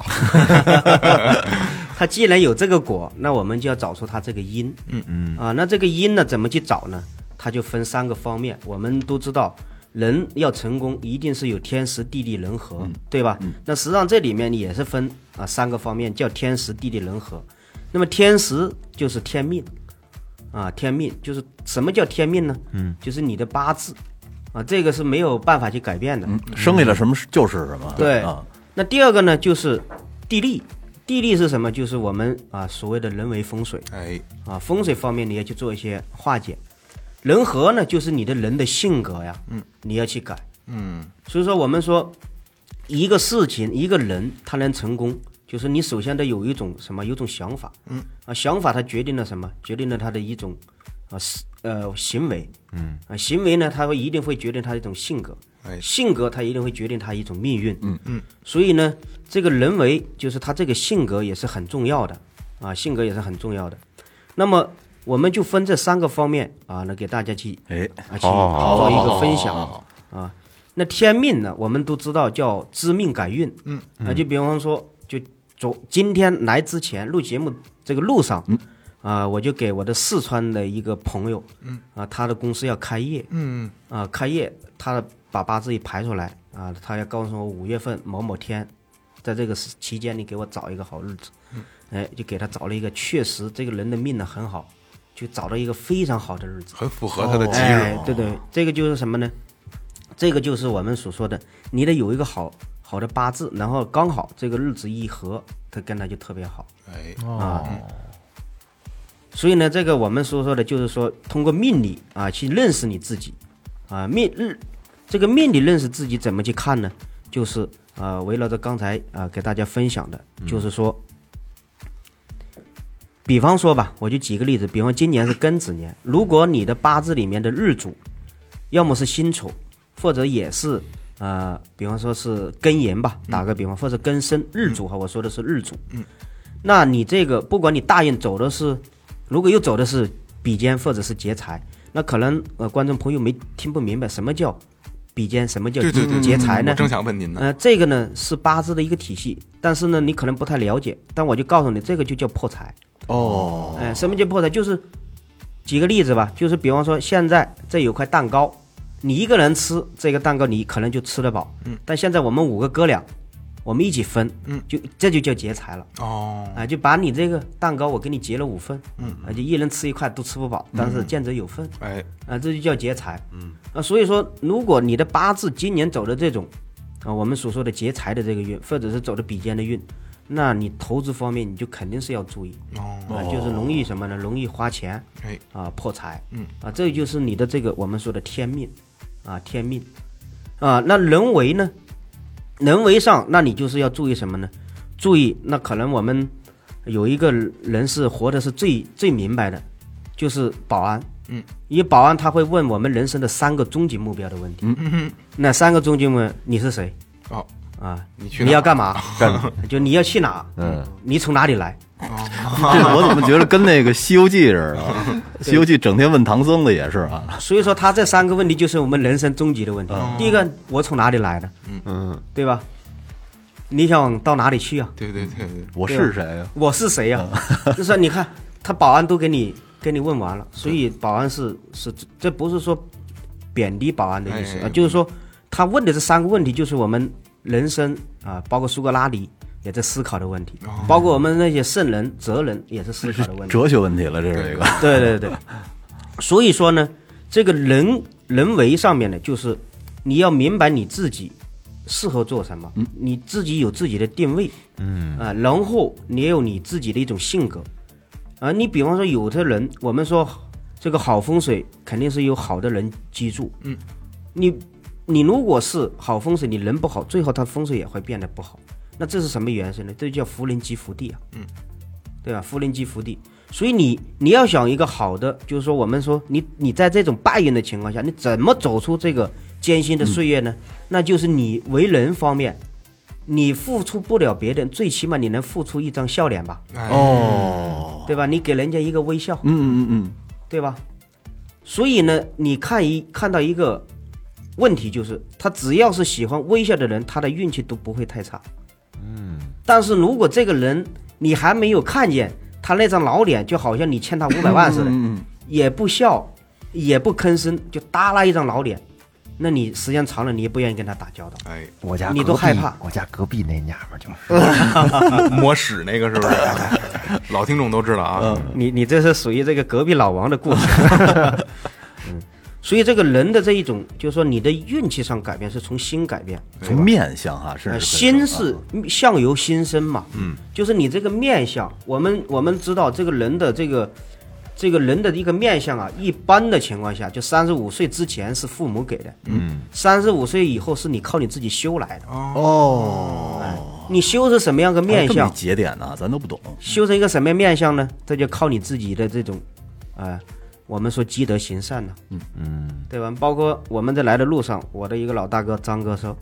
他既然有这个果，那我们就要找出他这个因。嗯嗯。啊，那这个因呢，怎么去找呢？它就分三个方面。我们都知道，人要成功，一定是有天时、地利、人和，对吧？那实际上这里面也是分啊三个方面，叫天时、地利、人和。那么天时就是天命，啊，天命就是什么叫天命呢？嗯，就是你的八字，啊，这个是没有办法去改变的。
生下来什么就是什么。
对
啊，
那第二个呢，就是地利，地利是什么？就是我们啊所谓的人为风水
哎，
啊，风水方面你要去做一些化解。人和呢，就是你的人的性格呀，嗯，你要去改，嗯。所以说，我们说一个事情，一个人他能成功，就是你首先得有一种什么，有种想法，嗯，啊，想法它决定了什么？决定了他的一种啊思呃行为，嗯，啊行为呢，它会一定会决定他的一种性格，
哎
性格它一定会决定他一种命运，嗯嗯，所以呢，这个人为就是他这个性格也是很重要的啊，性格也是很重要的。那么我们就分这三个方面啊，来给大家去
哎，
啊去做一个分享啊。那天命呢，我们都知道叫知命改运，嗯，那就比方说，就昨今天来之前录节目这个路上，啊、我就给我的四川的一个朋友，嗯，啊、他的公司要开业，
嗯，
啊、开业，他把八字一排出来啊、他要告诉我五月份某某天，在这个时期间你给我找一个好日子，哎，就给他找了一个，确实这个人的命呢很好，就找到一个非常好的日子，
很符合他的吉日。
哎，对对，这个就是什么呢？这个就是我们所说的，你得有一个好好的八字，然后刚好这个日子一合，它跟它就特别好。啊
哎，
所以呢，这个我们所说的就是说，通过命理啊去认识你自己，啊命日这个命理认识自己怎么去看呢？就是啊，围绕着刚才啊给大家分享的，
嗯
就是说，比方说吧，我就举个例子，比方今年是庚子年，如果你的八字里面的日主，要么是辛丑，或者也是呃，比方说是庚寅吧，
嗯
打个比方，或者庚申日主哈，我说的是日主，嗯，那你这个不管你大运走的是。如果又走的是比肩或者是劫财，那可能呃观众朋友没听不明白什么叫比肩，什么叫
对对对，
劫财
我
呢？
正想问您呢。
呃，这个呢是八字的一个体系，但是呢你可能不太了解，但我就告诉你，这个就叫破财。
哦，
哎、什么叫破财？就是举个例子吧，就是比方说现在这有块蛋糕，你一个人吃这个蛋糕，你可能就吃得饱，嗯，但现在我们五个哥俩，我们一起分，嗯，就这就叫劫财了。
哦，
啊，就把你这个蛋糕我给你截了五份，嗯，啊，就一人吃一块都吃不饱，但是见者有份，
哎，
啊，这就叫劫财，嗯，啊，所以说如果你的八字今年走的这种，啊，我们所说的劫财的这个运，或者是走的比肩的运，那你投资方面你就肯定是要注意，
哦，
啊，就是容易什么呢？容易花钱，
哎，
啊破财，嗯啊，这就是你的这个我们说的天命啊天命啊。那人为呢？人为上，那你就是要注意什么呢？注意，那可能我们有一个人是活的是最最明白的，就是保安。嗯，因为保安他会问我们人生的三个终极目标的问题。嗯那三个终极目标，你是谁
哦，
啊？
你去
你
哪
要
儿
干嘛？ 就你要去哪？嗯，你从哪里来？
这我怎么觉得 跟 那个《西游记》似的？ 《西游记》整天问唐僧的也是啊，
所以说，他这三个问题就是我们人生终极的问题。
嗯
第一个，我从哪里来的？嗯嗯，对吧？你想到哪里去啊？
对对对对，
我是谁呀？
我是谁呀、啊
嗯
就是你看，他保安都给你给你问完了，所以保安是是这不是说贬低保安的意思
哎
啊、
哎
就是说他问的这三个问题就是我们人生啊、包括苏格拉底也在思考的问题，
哦
包括我们那些圣人、哲人也是思考的 问题。
哲学问题了，这是一个。
对 对对，所以说呢，这个人人为上面呢，就是你要明白你自己适合做什么，你自己有自己的定位，嗯啊、然后你也有你自己的一种性格，啊、你比方说有的人，我们说这个好风水肯定是有好的人居住，嗯，你你如果是好风水，你人不好，最后它风水也会变得不好，那这是什么原因呢？这就叫福人积福地啊，嗯，对吧？福人积福地，所以你你要想一个好的，就是说我们说你你在这种败运的情况下，你怎么走出这个艰辛的岁月呢？那就是你为人方面，你付出不了别人，最起码你能付出一张笑脸吧，
哎，
哦，
对吧？你给人家一个微笑，
嗯嗯嗯
对吧？所以呢，你看一看到一个问题，就是他只要是喜欢微笑的人，他的运气都不会太差。嗯，但是如果这个人你还没有看见他那张老脸，就好像你欠他五百万似的，也不笑，也不吭声，就耷拉一张老脸，那你时间长了，你也不愿意跟他打交道。
哎，
我家
你
隔
都
壁
害怕
我家隔壁那娘们儿就是，
摸屎那个是不是？老听众都知道啊，
嗯你你这是属于这个隔壁老王的故事。 嗯，所以这个人的这一种，就是说你的运气上改变是从心改变，
嗯，从面相哈，是
呃，心是
嗯
相由心生嘛，嗯，就是你这个面相，我们我们知道这个人的这个这个人的一个面相啊，一般的情况下，就三十五岁之前是父母给的，嗯，三十五岁以后是你靠你自己修来的，哎
哦，
你修是什么样个面
还有这么
相
一，节点呢，咱都不懂。
修成一个什么样面相呢？这就靠你自己的这种，呃，我们说积德行善呢、嗯嗯，对吧？包括我们在来的路上，我的一个老大哥张哥说，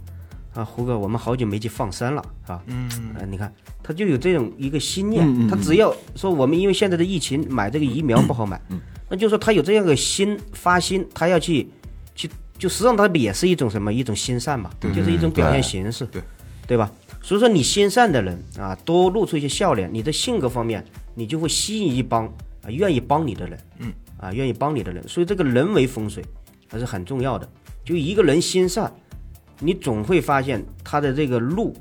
啊，胡哥，我们好久没去放生了，是吧？嗯、你看他就有这种一个心念，他只要说我们因为现在的疫情买这个疫苗不好买，那就说他有这样个心发心，他要去去，就实际上他也是一种什么一种心善嘛，就是一种表现形式，
对
对吧？所以说你心善的人啊，多露出一些笑脸，你的性格方面，你就会吸引一帮啊，愿意帮你的人，嗯，啊，愿意帮你的人，所以这个人为风水还是很重要的。就一个人心善，你总会发现他的这个路，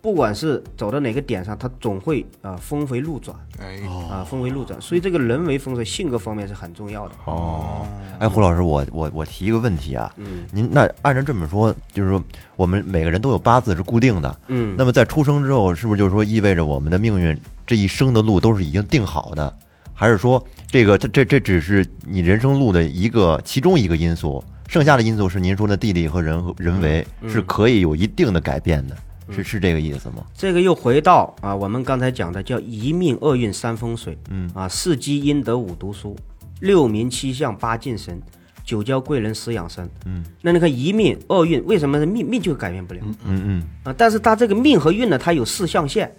不管是走到哪个点上，他总会啊峰回路转
哎，
啊峰回路转。所以这个人为风水性格方面是很重要的。
哦，哎，胡老师，我我我提一个问题啊，
嗯
您那按照这么说，就是说我们每个人都有八字是固定的，
嗯
那么在出生之后，是不是就是说意味着我们的命运这一生的路都是已经定好的，还是说这个这这这只是你人生路的一个其中一个因素，剩下的因素是您说的地理和人和人为
嗯
是可以有一定的改变的，是是这个意思吗？
这个又回到啊，我们刚才讲的叫一命二运三风水，嗯啊，四积阴德五读书，六名七相八敬神，九交贵人十养生，嗯，那你看一命二运为什么是命命就改变不了？嗯嗯啊，但是它这个命和运呢，它有四象限，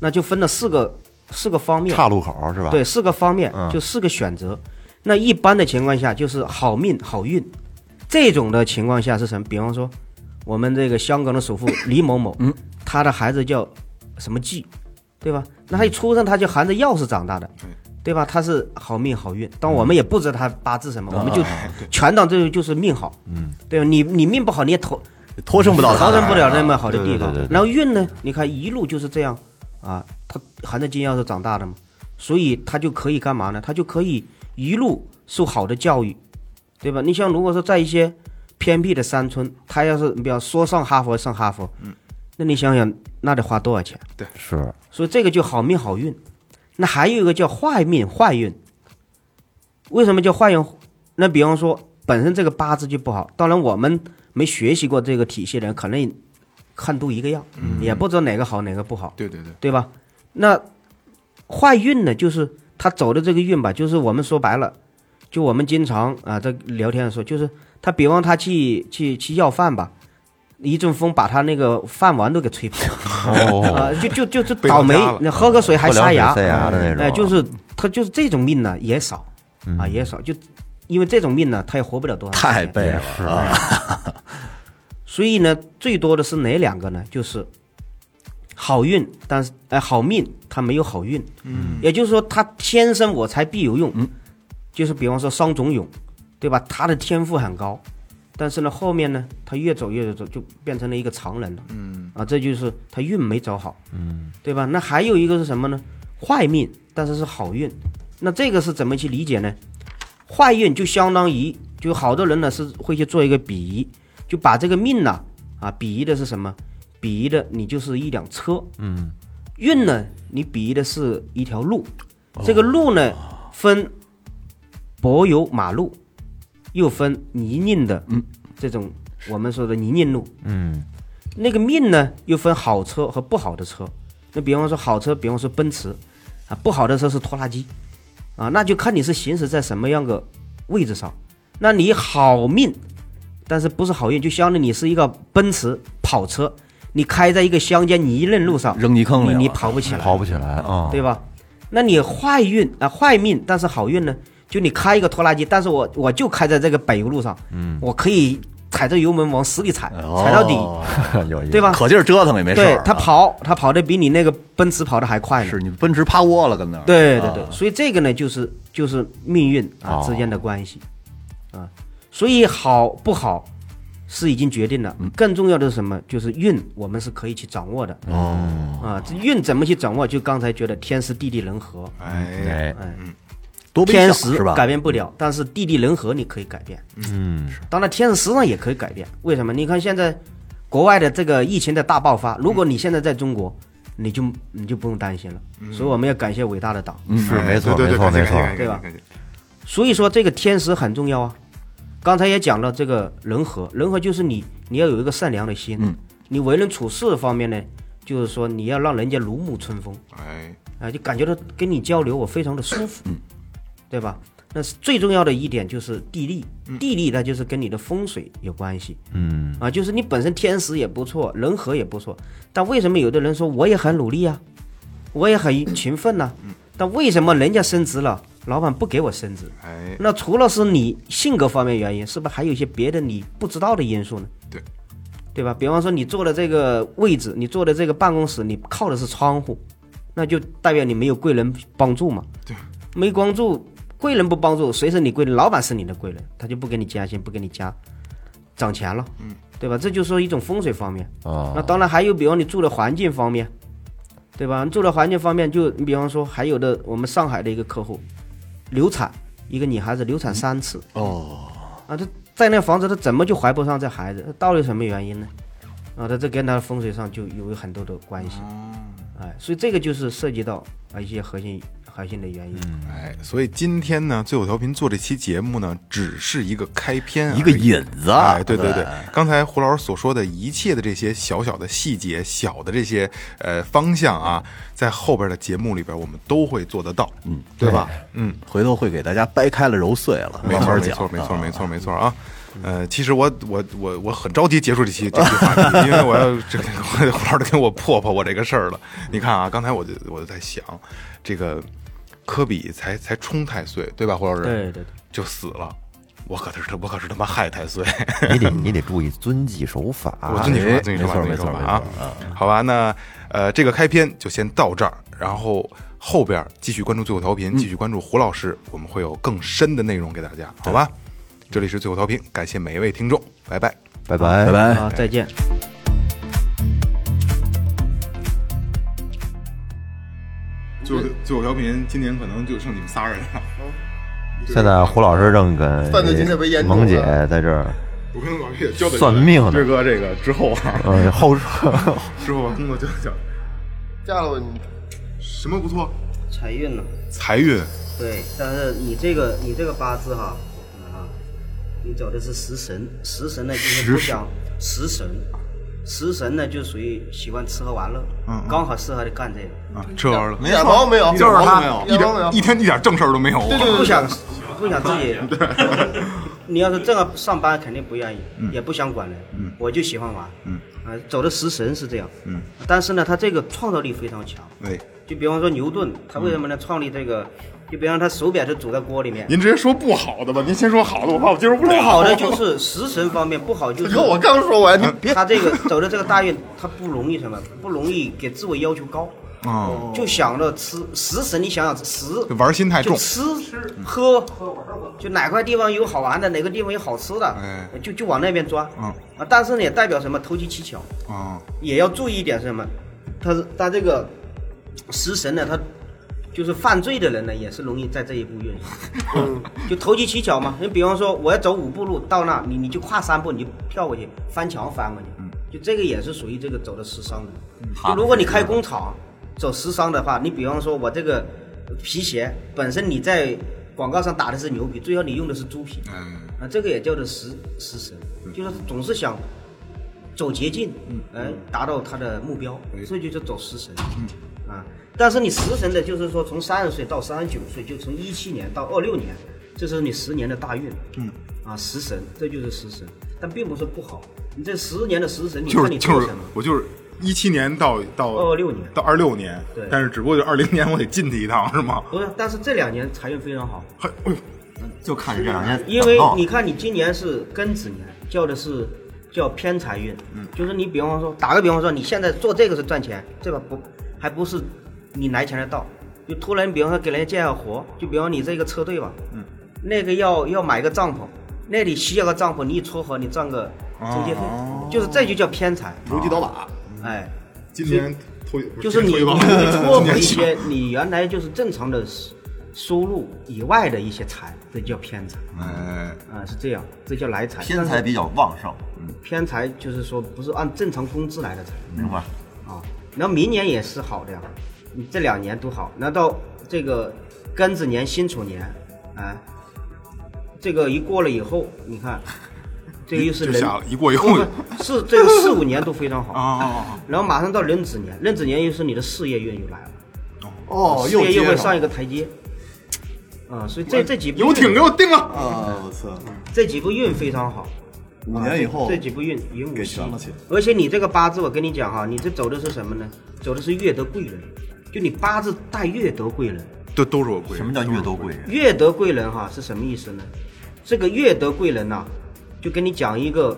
那就分了四个四个方面，
岔路口是吧？
对，四个方面
嗯，
就四个选择。那一般的情况下，就是好命好运，这种的情况下是什么？比方说，我们这个香港的首 富李某某，嗯，他的孩子叫什么季，对吧？那他一出生他就含着钥匙长大的，对嗯吧？他是好命好运，但我们也不知道他八字什么，我们就全当这个就是命好，啊嗯，对吧？你你命不好，你也投
托生不到
逃
他。
生不了那么好的地
对对
方
对对。对
然后运呢，你看一路就是这样啊，他含着金钥匙长大的嘛，所以他就可以干嘛呢？他就可以一路受好的教育，对吧？你像如果说在一些偏僻的山村，他要是比方说上哈佛上哈佛，嗯，那你想想那得花多少钱？
是
所以这个就好命好运。那还有一个叫坏命坏运，为什么叫坏运？那比方说本身这个八字就不好，当然我们没学习过这个体系的人，可能看都一个样，也不知道哪个好哪个不好，
对对对，
对吧？那坏运呢，就是他走的这个运吧，就是我们说白了，就我们经常啊在聊天的时候，就是他比方他去去去要饭吧，一阵风把他那个饭碗都给吹跑了。
哦，
啊，就就就是
被
倒霉
绑架了，
那喝个水还
不良
塞
水
牙，
塞牙的那种
哎，就是他就是这种命呢也少啊，也少，就因为这种命呢，他也活不了多少时间，
太背了啊！
所以呢，最多的是哪两个呢？就是好运，但是哎、好命他没有好运，嗯，也就是说他天生我材必有用，嗯，就是比方说商仲永，对吧？他的天赋很高，但是呢后面呢他越走越走就变成了一个常人了，嗯，啊这就是他运没走好，嗯，对吧？那还有一个是什么呢？坏命，但是是好运，那这个是怎么去理解呢？坏运就相当于，就好多人呢是会去做一个比喻，就把这个命呢啊比喻的是什么？比喻的你就是一辆车，嗯，运呢你比喻的是一条路，这个路呢分柏油马路，又分泥泞的，嗯，这种我们说的泥泞路，嗯，那个命呢又分好车和不好的车，那比方说好车，比方说奔驰，啊，不好的车是拖拉机，啊，那就看你是行驶在什么样个位置上。那你好命，但是不是好运，就相当于你是一个奔驰跑车，你开在一个乡间泥泞路上，
扔泥坑里了
你你跑不起来，
跑不起来啊，
对吧？那你坏运啊、坏命，但是好运呢？就你开一个拖拉机，但是我我就开在这个柏油路上，嗯，我可以踩着油门往死里踩，踩到底，
哦
哎有意思
对吧？
可劲儿折腾也没事
对
儿。
他
啊
跑，他跑的比你那个奔驰跑的还快呢。
是你奔驰趴窝了，跟那儿。
对对
啊哦
对，所以这个呢，就是就是命运啊之间的关系，啊，所以好不好是已经决定了，
嗯
更重要的是什么？就是运，我们是可以去掌握的。哦，啊，这运怎么去掌握？就刚才觉得天时地利人和，
啊
哎，
哎，
多悲
天
伤
时
是吧？
改变不了，但是地利人和你可以改变。嗯，当然天时呢也可以改变。为什么？你看现在国外的这个疫情的大爆发，如果你现在在中国，你就你就不用担心了。
嗯
所以我们要感谢伟大的党。
嗯是没错，
哎对
没
对
错，
对，
没错，
对吧所以说这个天时很重要啊。刚才也讲了这个人和，人和就是你你要有一个善良的心，你为人处事方面呢，就是说你要让人家如沐春风
哎，
啊，就感觉到跟你交流我非常的舒服，对吧？那是最重要的一点就是地利，地利它就是跟你的风水有关系，嗯啊，就是你本身天时也不错，人和也不错，但为什么有的人说我也很努力啊，我也很勤奋呐、但为什么人家升职了，老板不给我升职？
哎，
那除了是你性格方面原因，是不是还有一些别的你不知道的因素呢？
对，
对吧？比方说你坐的这个位置，你坐的这个办公室，你靠的是窗户，那就代表你没有贵人帮助嘛。对，没光助，贵人不帮助，谁是你贵人？老板是你的贵人，他就不给你加薪，不给你加，涨钱了，嗯，对吧？这就是说一种风水方面。
啊
那当然还有，比方你住的环境方面，对吧？你住的环境方面就，你比方说还有的我们上海的一个客户，流产，一个女孩子流产三次，
哦，
啊，她在那房子她怎么就怀不上这孩子？到底什么原因呢？啊，她这跟她的风水上就有很多的关系，哎，所以这个就是涉及到啊一些核心核心的原因。
哎，所以今天呢，最后调频做这期节目呢，只是一个开篇而已，
一个引子啊
哎，对对对
对，
刚才胡老师所说的一切的这些小小的细节、小的这些呃方向啊，在后边的节目里边我们都会做得到，嗯，对吧？嗯，
回头会给大家掰开了揉碎了，
没
慢
错，
慢
没错，。没
讲
错，
啊
没错，没错啊。呃，其实我我我我很着急结束这期这期话 题，因为我要这个胡老师给我破破我这个事儿了。你看啊，刚才我就我就在想，这个科比才才冲太岁，对吧，胡老师？
对对对，
就死了。我可是他，我可是他妈害太岁。
你得你得注意遵纪守法。
我啊遵你说
哎
吧，遵你说吧，遵你
没错
说吧
没错嗯
啊！好吧，那呃，这个开篇就先到这儿，然后后边继续关注最后调
嗯
频，继续关注胡老师，我们会有更深的内容给大家，好吧？
嗯
这里是最后调频，感谢每一位听众，拜拜。
拜拜
拜。拜。
好，啊再见。
最后最后调频今年可能就剩你们仨人了，
现在胡老师正跟
犯罪今天为严重了
萌姐在这儿，
我跟老岳交代
算命呢
岳哥这个之后 啊，
嗯，后
之后把啊工作交代交代。
嫁了吧你。
什么不错？
财运呢？
财运
对，但是你这个你这个八字哈，啊，你走的是食神，食神呢就是不想食神，食神呢就属于喜欢吃喝玩乐，刚好适合的干这个，
啊，这玩意儿了
一点毛没有，
一点毛都没有，一
一点毛都没有
点一。天一点正事儿都没有。啊
不想不想自己， 你要是这样上班肯定不愿意，也不想管人，我就喜欢玩，嗯，啊，走的食神是这样，嗯，但是呢，他这个创造力非常强，
哎，
就比方说牛顿，他为什么能创立这个？就比方他手表是煮在锅里面。
您直接说不好的吧，您先说好的，我怕我接受不了。
不好 的就是食神方面，不好就
你
是
看 我刚说完，你别
他这个走的这个大运，他不容易什么，不容易给自我要求高，
哦，
就想着吃食神，你想想食
玩心太
就
重，嗯
吃喝，就哪块地方有好玩的，哪个地方有好吃的
哎，
就就往那边钻
嗯
啊。但是呢，也代表什么投机取巧，
啊，
也要注意一点什么，他他这个食神呢，他就是犯罪的人呢，也是容易在这一步运行， 就投机取巧嘛。你比方说，我要走五步路到那，你你就跨三步，你就跳过去，翻墙翻过去，就这个也是属于这个走的时尚的。就如果你开工厂走时尚的话，你比方说我这个皮鞋本身你在广告上打的是牛皮，最后你用的是猪皮，
嗯，
啊，这个也叫做食食神，就是总是想走捷径，嗯，达到他的目标，这就叫走食神，
嗯
啊，但是你食神的，就是说从三十岁到三十九岁，就从一七年到二六年，这是你十年的大运，嗯，啊，食神，这就是食神，但并不是不好，你这十年的食神，你
就
看你
是
做
就是
什么？，
我就是一七年到到
26年
到二六年，
对
但是只不过就二零年我得进去一趟是吗？
不是，但是这两年财运非常好，
嘿，哎呦，
就看你这两天
因为你看，你今年是庚子年，叫的是叫偏财运，嗯，就是你比方说，打个比方说，你现在做这个是赚钱，这个不还不是你来钱的道，就突然比方说给人家介绍活，就比方你这个车队吧，嗯，那个要要买个帐篷，那里需要个帐篷，你一撮合你赚个中介费，就是这就叫偏财，
如鸡倒把，
哎，
今年头
就是你
今
你
年头一
会
棒
错
今
过
年
一
起
些你原来就是正常的收入以外的一些财，这叫偏财。
哎，
啊，是这样，这叫来财。
偏财比较旺盛，
偏财就是说不是按正常工资来的财
明白？
啊。然后明年也是好的呀，你这两年都好。那到这个庚子年、辛丑年，啊，这个一过了以后，你看，这个又是
就
人
下一过一
不
后
不是这个四五年都非常好
啊啊，
然后马上到壬子年，壬子年又是你的事业运又来了，
哦，
事
又
业
接
又会
上
上一个台阶。啊，所以这这几步
游艇
运
给我定了，
啊，我操，
这几步运非常好，
五年以后
这几步运云武七
全了去。
而且你这个八字，我跟你讲哈，你这走的是什么呢？走的是月德贵人，就你八字带月德贵人。
都都是我贵人。
什么叫月都贵人？
月德贵人哈是什么意思呢？这个月德贵人呐、就跟你讲一个，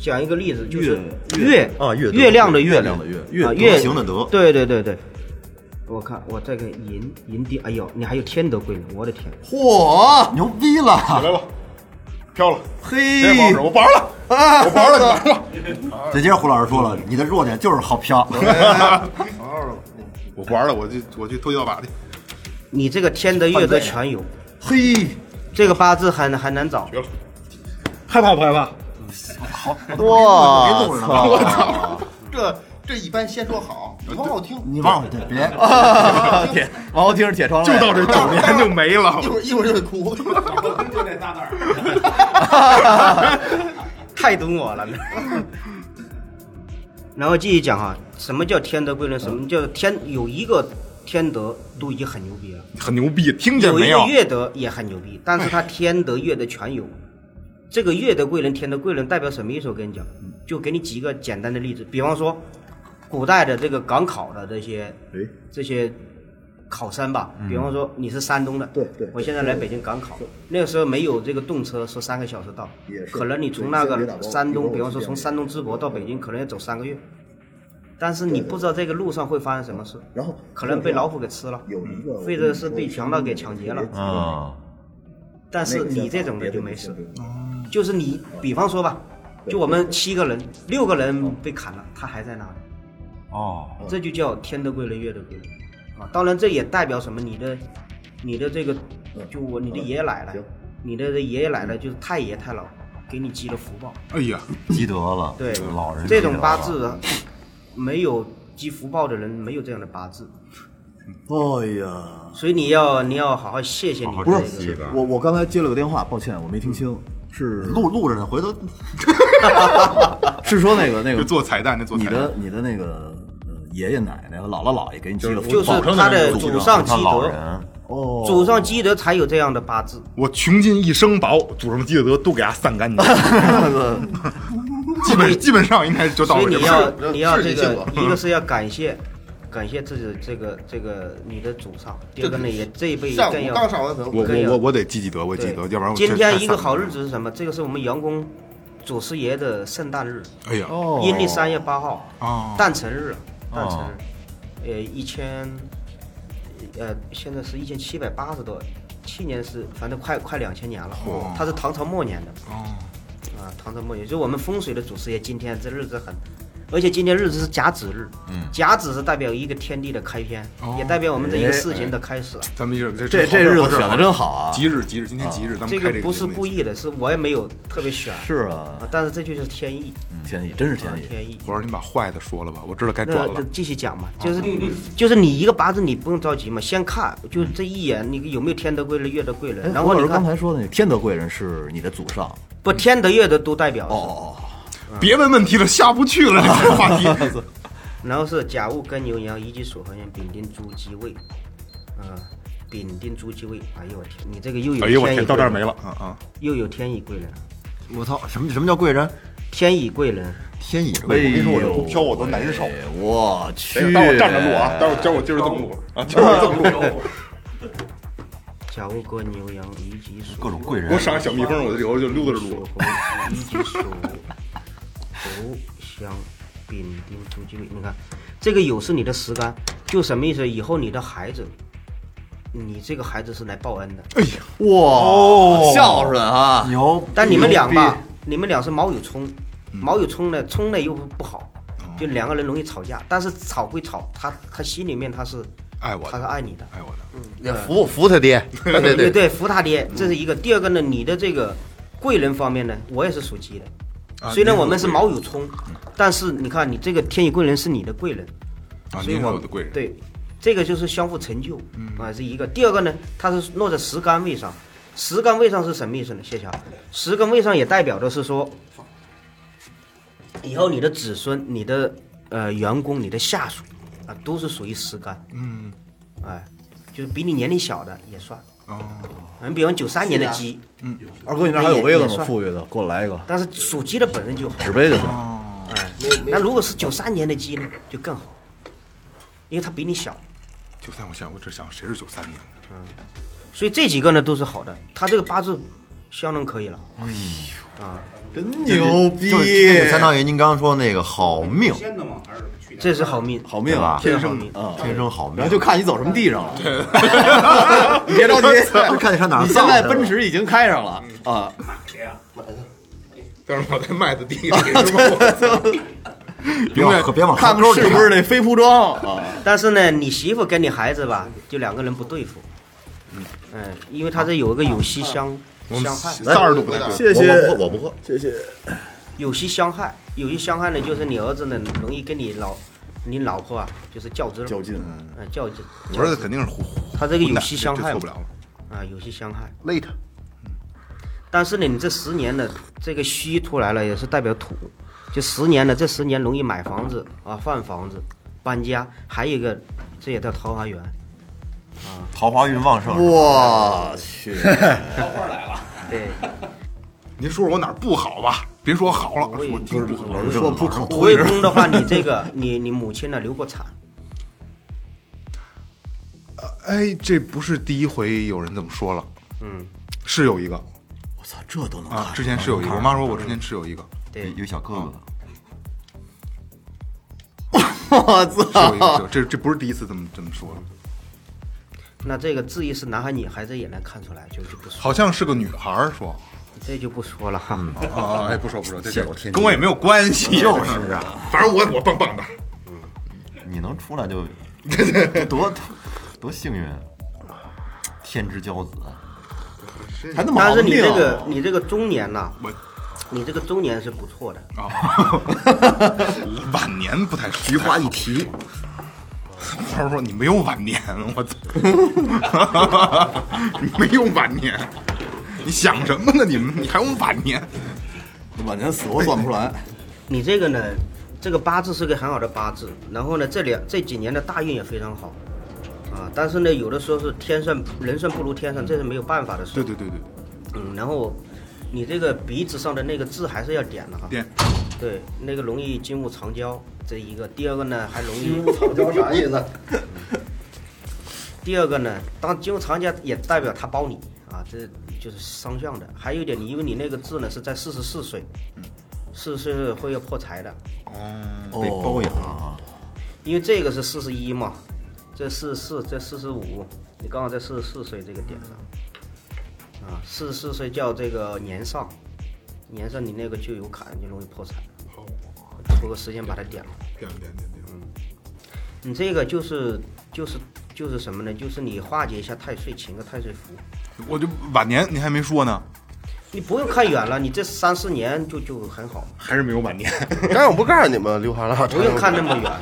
讲一个例子，就是
月
月
啊月
月
德
亮的
月
月
亮的月
啊
月德
月
行的德
对对对对，我看我这个银银帝，哎呦，你还有天德贵呢，我的天！
嚯，
牛逼了！
来吧，飘了，哎别
嘿
光着，我玩了，我玩了，你玩了。
这接着胡老师说了，你的弱点就是好飘。
我玩了，我就我去偷鸡盗把去。
你这个天德月德全有，
嘿，
这个八字还还难找。
害怕不害怕？
我操！
这这一般先说好，以后好听。
你往回对，别
铁，往后听着铁窗了，
就到这九年就没了
一。会儿一会儿就得哭，就那大袋儿。
太懂我了。然后继续讲哈，什么叫天德贵人？什么叫天？有一个天德都已经很牛逼了，
很牛逼，听见
一
没
个
有？
月德也很牛逼，但是他天德月德全有。这个月德贵人、天德贵人代表什么意思？我跟你讲，就给你几个简单的例子，比方说，古代的这个赶考的这些这些考生吧，比方说你是山东的，嗯对对，我现在来北京赶考，那个时候没有这个动车，说三个小时到，可能你从那个山东，比方说从山东淄博到北京，可能要走三个月，但是你不知道这个路上会发生什么事，然后可能被老虎给吃了，或者是被强盗给抢劫了，
啊，
但是你这种人就没事，就是你，比方说吧，就我们七个人，六个人被砍了，他还在那里。
哦，
这就叫天的贵人，月的贵人啊。当然，这也代表什么？你的，你的这个，就我你的爷爷奶奶，你的爷爷奶奶就是太爷太姥，给你积了福报。
哎呀，
积德了，
对，
老人
这种八字啊没有积福报的人，没有这样的八字。
哎呀，
所以你要你要好好谢谢你这个。
我我刚才接了个电话，抱歉，我没听清，是
录录着呢，回头
是说那个那
就
个
做彩蛋，那做
你
彩蛋。
的你的那个呃爷爷奶奶和姥姥姥爷给你积了福报，
就是他的祖上积
他老
德，
人哦，
祖上积德才有这样的八字。
我穷尽一生把我祖上积的德都给它散干净， 基本基本上应该就到
所以
我这
你
边
要
儿。
你要
是
这
你性
个
格，
一个是要感谢，感谢自己的这个这个你的祖上；第二个呢，也这一辈
上
更
午
要
刚上完坟，
我
可以
我
啊
我我得积积德，我积积德，要不然我
今
这
天
太
一个
散
好
了
日。子是什么？这个是我们阳公祖师爷的圣诞日，
哎呀，
哦
阴历三月八号，
哦
诞辰日，诞辰日，呃，一千，呃，现在是一千七百八十多，去年是反正快快两千年了，他是唐朝末年的。
哦，
啊，唐朝末年，就我们风水的祖师爷，今天这日子很，而且今天日子是甲子日，嗯，甲子是代表一个天地的开篇，
哦
也代表我们这一个事情的开始。
咱们一会儿这
这这日子选的真好啊，
吉日吉日，今天吉日，咱
这
们开
个
个
不是故
意。
意的，是我也没有特别选，
是啊，
啊，但是这就是天意，
天意真是天
啊，
嗯
意，
天意。
我说你把坏的说了吧，我知道该转
那就
了。
继续讲嘛，
啊
就是就是你一个八字，你不用着急嘛，先看，就是这一眼，你有没有天德贵人、月德贵
哎
人，然后
胡老
你
师刚
看，
才说的那个天德贵人是你的祖上，嗯哦
不，天德、月德都代表是
啊别问问题了，下不去了，这个 话题。
然后是甲戊庚牛羊，一己所合年，丙丁猪鸡未，啊、丙丁猪鸡未，哎呦我天，你这个又有
哎呦我
天
天，
乙
到这儿
贵
没
人
了，啊啊！
又有天乙贵人，
我操，什么什么叫贵人？
天乙贵人，
天乙贵
哎
人。
呦，
我这不飘我都难受
哎我去，
待会儿站着录啊，待会儿待会儿今儿这么录啊，今儿这么录。
甲戊庚牛羊，一己所
各种贵
我
人，
赏小蜜蜂，我就我就
哎
溜达着录
所。合，一己所猴相丙丁猪鸡未，你看这个酉是你的实干，就什么意思？以后你的孩子，你这个孩子是来报恩的，
哇，孝顺啊，
牛，
但你们俩吧，你们俩是卯酉冲，
嗯
卯酉冲呢，冲呢又不好，
哦
就两个人容易吵架。但是吵归吵，他他心里面他是
爱我的
他是爱你的。
哎我的，
也服服他爹，哎对对对，
对对，服他爹，这是一个。第二个呢，你的这个贵人方面呢，我也是属鸡的，虽然我们是卯酉冲，但是你看你这个天乙贵人是你的贵人，
啊，
所以
您是
我
我的贵人。
对，这个就是相互成就，啊，是一个。第二个呢，它是落在十干位上，十干位上是什么意思呢？谢谢啊，十干位上也代表的是说，以后你的子孙、你的呃员工、你的下属啊，都是属于十干，嗯，哎，就是比你年龄小的也算。哦，嗯你比方九三年的鸡，
啊二哥，你那还有威了吗？富裕的，给我来一个
但是属鸡的本身就好。
纸杯就行。
哎，那如果是九三年的鸡呢，就更好，因为它比你小。
九三，我想我只想谁是九三年的？
所以这几个呢都是好的，他这个八字相当可以了。
真牛逼！
就相当于您刚刚说那个好命，
这是好命，
好命啊，
这是好命。
天生好命，
然后就看你走什么地上了。 你别着急，
看你上哪儿
你现在奔驰已经开上了啊，
但是我在麦子地里是吧？
别往别往
看
沟
看
里
是不是那非铺装啊？
但是呢，你媳妇跟你孩子吧，就两个人不对付。嗯，因为他这有一个有息相相害，
三儿都不带。
谢
我
谢，
我不喝，
谢谢。
有息相害，有息相害呢，就是你儿子呢容易跟你老你老婆啊，就是较真儿，
较劲，
嗯，较劲
我儿子肯定是虎，虎
他这个有
蛋
息相害
这
嘛
错不了了。
啊，有息相害。
late
但是呢，你这十年的这个戌出来了，也是代表土，就十年了，这十年容易买房子啊，换房子，搬家，还有一个，这也叫桃花源。
桃花运旺盛。
我去，
对，
您说说我哪儿不好吧？别说好了，
我也
我听不好。
说不可
土卫宫的话，你这个你你母亲呢流过产，
哎，这不是第一回有人这么说了，
嗯，
是有一个
我操，这都能看
啊，之前是有一个。我妈说我之前是有一个，
对，
有小哥哥，
我
是有一个，是
操！
有这这不是第一次这么这么说了，
那这个至于是男孩女孩，这也能看出来，就就不说，
好像是个女孩儿说
这就不说了哈。
嗯
啊，哎，不说不说，这
谢我天
跟我也没有关系，就是啊，反正我我棒棒的。
你能出来就多多多幸运，啊天之骄子。啊
还那么
但
好
是你
命
这个你这个中年呐、
我
你这个中年是不错的，
啊， 晚年不太菊花一 提。我是说你没有晚年，我 操，你没有晚年，你想什么呢？你们你还有晚年？
晚年死活算不出来，
你这个呢，这个八字是个很好的八字，然后呢，这两这几年的大运也非常好，啊，但是呢，有的时候是天算人算不如天算，这是没有办法的事。
对对对对，
嗯，然后你这个鼻子上的那个痣还是要点的哈。
点。
对，那个容易金屋藏娇，这一个。第二个呢，还容易。
叫啥意思？
第二个呢，当金屋藏娇也代表他包你啊，这就是双向的。还有一点，你因为你那个痣呢是在四十四岁，四十岁是会要破财的。
哦被包养啊！
因为这个是四十一嘛，这四四这四十五，你刚好在四十四岁这个点上，啊，四十四岁叫这个年上，年上你那个就有坎，就容易破财，拖个时间把它点了。嗯
点点点点，
你这个就是就是就是什么呢？就是你化解一下太岁请个太岁符，
我就晚年您还没说呢，
你不用看远了，你这三四年就就很好，
还是没有晚年。
刚才我不告诉你们，刘哈拉
不用看那么远。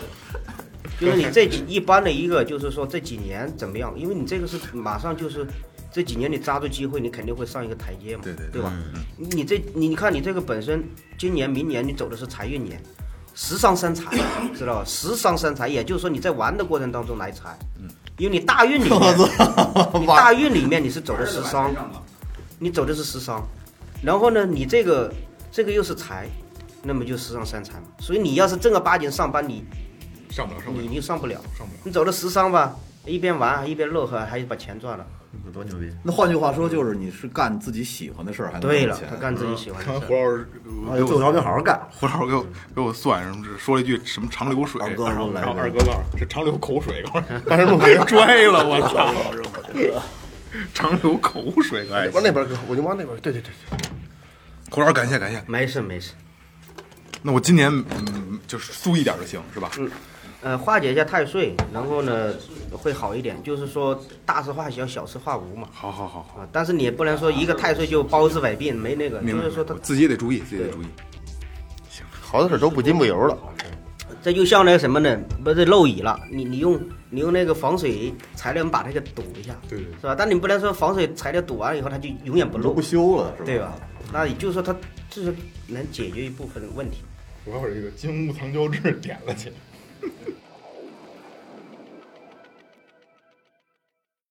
就是你这几一般的一个，就是说这几年怎么样？因为你这个是马上就是这几年你抓住机会，你肯定会上一个台阶嘛，对嗯
对对
吧？你你这你你看你这个本身今年明年你走的是财运年，十伤三财，知道吧？十伤三财，也就是说你在玩的过程当中来财，因为你大运里面，你大运里面你是走的十伤，你走的是十伤，然后呢，你这个这个又是财，那么就十伤三财嘛。所以你要是正儿八经上班，你
上不了上不
你
了，
你上不了，
上不了
你走了十伤吧，一边玩还一边乐呵，还把钱赚了。
多牛逼！
那换句话说，就是你是干自己喜欢的事儿，还能
嗯
对
挣
了，他
钱。啊
干自己喜欢
看
的
胡
事。
老师给
最
我
好就好好干。
胡老师给我
嗯
给我算什么是说了一句什么长流水，
二哥
然后
来
然后
来
二哥告诉我是长流口水， 当时路给人拽了，我操！ 长流口水，哎，
往那边搁，我就往那边。对对对对，
胡老师感谢感谢。
没事没事，
那我今年嗯就是素一点就行是吧？
呃，化解一下太岁，然后呢会好一点。就是说大事化小，小事化无嘛。
好好好好，
啊，但是你也不能说一个太岁就包治百病，没那个，
明
就
白
是。说他
我自己也得注意，自己也得注意。
好多事儿都不进不油了。
这就像那个什么呢？不是漏雨了，你你用你用那个防水材料把它给堵一下，
对对
是吧？但你不能说防水材料堵完了以后它就永远不
都
漏
不，修了，是吧？
对吧？那也就是说它就是能解决一部分问题。
我要是这个金屋藏娇志点了去，